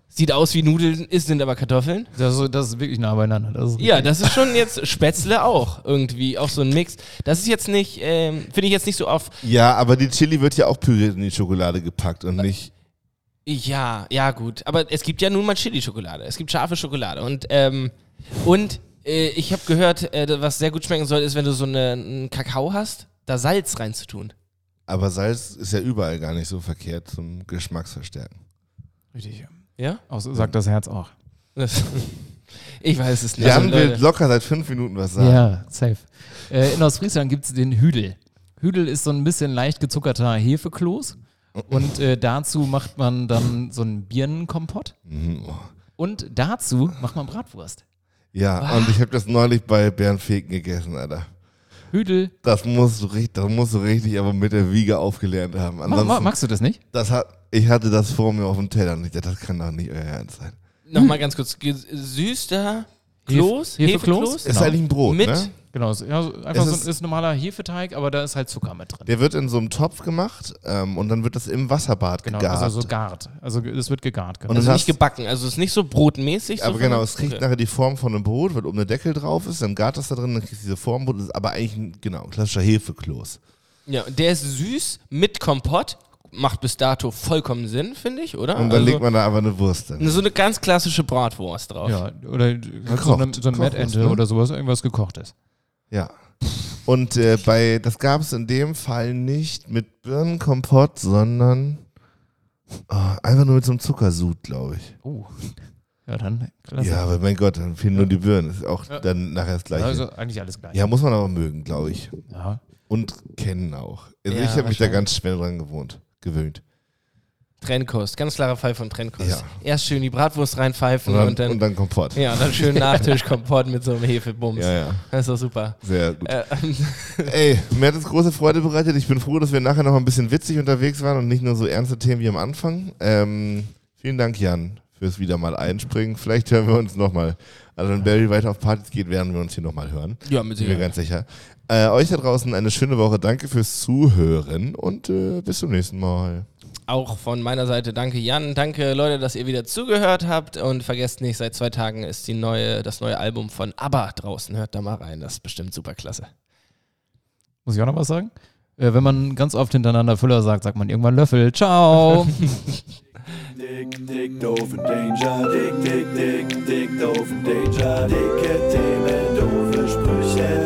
S3: sieht aus wie Nudeln, ist, sind aber Kartoffeln.
S4: Das, ist- das ist wirklich nah beieinander. Das ist
S3: Ja, das ist schon jetzt Spätzle auch irgendwie, auch so ein Mix. Das ist jetzt nicht, ähm, finde ich jetzt nicht so auf
S1: Ja, aber die Chili wird ja auch püriert in die Schokolade gepackt
S4: Äh.
S1: und nicht
S3: Ja, ja, gut. Aber es gibt ja nun mal Chili-Schokolade. Es gibt scharfe Schokolade. Und, ähm, und äh, ich habe gehört, äh, was sehr gut schmecken soll, ist, wenn du so eine, einen Kakao hast. da Salz reinzutun.
S1: Aber Salz ist ja überall gar nicht so verkehrt zum Geschmacksverstärken.
S4: Richtig.
S3: Ja?
S4: Aus, sagt das Herz auch.
S3: Das- Ich weiß es nicht. Also,
S1: Jan
S4: also,
S3: Leute.
S4: äh,
S1: will locker seit fünf Minuten was sagen.
S4: Ja, safe. Äh, in Ostfriesland gibt es den Hüdel. Hüdel ist so ein bisschen leicht gezuckerter Hefekloß. Und äh, dazu macht man dann so einen Birnenkompott.
S1: Mhm, oh.
S4: Und dazu macht man Bratwurst. Ah.
S1: Ja, und ich habe das neulich bei Bernd Feken gegessen, Alter.
S4: Hüdel.
S1: Das musst du richtig, das musst du richtig aber mit der Wiege aufgelernt haben.
S4: Ma
S1: Ansonsten,
S4: ma magst du das nicht?
S1: das hat, ich hatte das vor mir auf dem Teller und ich dachte, das kann doch nicht euer Ernst sein.
S3: Nochmal ganz kurz. Ge- Süßter Kloß?
S4: Hefe- Hefekloß?
S3: Also
S1: Ist
S4: Genau.
S1: eigentlich ein Brot,
S3: Mit-
S1: ne?
S4: Genau, es- ja, so einfach
S1: Es
S4: so ein
S1: ist-
S4: ist normaler Hefeteig, aber da ist halt Zucker mit drin.
S1: Der wird in so einem Topf gemacht ähm, und dann wird das im Wasserbad
S4: Genau,
S1: gegart.
S4: also so gart. Also ge- es wird gegart. Genau.
S1: Und
S3: Also
S1: das-
S3: nicht gebacken. Also ist nicht so brotmäßig. so
S1: aber
S3: von-
S1: genau, es kriegt
S3: Okay.
S1: nachher die Form von einem Brot, weil oben der Deckel drauf ist, dann gart das da drin, dann kriegst du diese Form, das ist aber eigentlich ein, genau, ein klassischer Hefekloß.
S3: Ja, und der ist süß mit Kompott. Macht bis dato vollkommen Sinn, finde ich, oder?
S1: Und dann
S3: also,
S1: legt man da einfach eine Wurst hin.
S3: So eine ganz klassische Bratwurst drauf.
S4: ja, oder halt so eine, so eine
S1: Gekocht,
S4: Mettente
S1: ne?
S4: oder sowas, irgendwas gekochtes.
S1: Ja. Und äh, bei, das gab es in dem Fall nicht mit Birnenkompott, sondern ah, einfach nur mit so einem Zuckersud, glaube ich.
S4: Oh. Ja, dann klasse.
S1: Ja, aber mein Gott, dann fehlen nur die Birnen. Ist auch dann nachher das Gleiche.
S4: also eigentlich alles gleich.
S1: ja, muss man aber mögen, glaube ich.
S4: ja.
S1: Und kennen auch. Also
S3: Ja,
S1: ich habe mich da
S3: wahrscheinlich.
S1: ganz schnell dran gewohnt, gewöhnt.
S3: Trennkost, ganz klarer Fall von Trennkost.
S1: Ja.
S3: Erst schön die Bratwurst reinpfeifen
S1: Und dann,
S3: und dann,
S1: und dann Kompott.
S3: ja, und dann schön Nachtischkompott mit so einem Hefebums.
S1: ja. ja.
S3: Das ist doch super.
S1: Sehr gut.
S3: Äh,
S1: Ey, mir hat es große Freude bereitet. Ich bin froh, dass wir nachher noch ein bisschen witzig unterwegs waren und nicht nur so ernste Themen wie am Anfang. Ähm, vielen Dank, Jan, fürs wieder mal einspringen. Vielleicht hören wir uns nochmal. Also wenn Barry weiter auf Partys geht, werden wir uns hier nochmal hören.
S3: ja, mit
S1: Bin mir
S3: Sicherheit.
S1: ganz sicher. Äh, euch da draußen eine schöne Woche. Danke fürs Zuhören und äh, bis zum nächsten Mal.
S3: Auch von meiner Seite danke Jan, danke Leute, dass ihr wieder zugehört habt und vergesst nicht, seit zwei Tagen ist die neue, das neue Album von ABBA draußen. Hört da mal rein, das ist bestimmt super klasse.
S4: Muss ich auch noch was sagen? Äh, wenn man ganz oft hintereinander Füller sagt, sagt man irgendwann Löffel. Ciao.
S2: Dick, dick, doof und danger. Dick, dick, dick, dick, doof und danger. Dicke Themen, doofe Sprüche.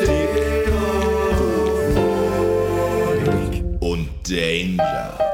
S2: Dick, doof und
S1: Und Danger.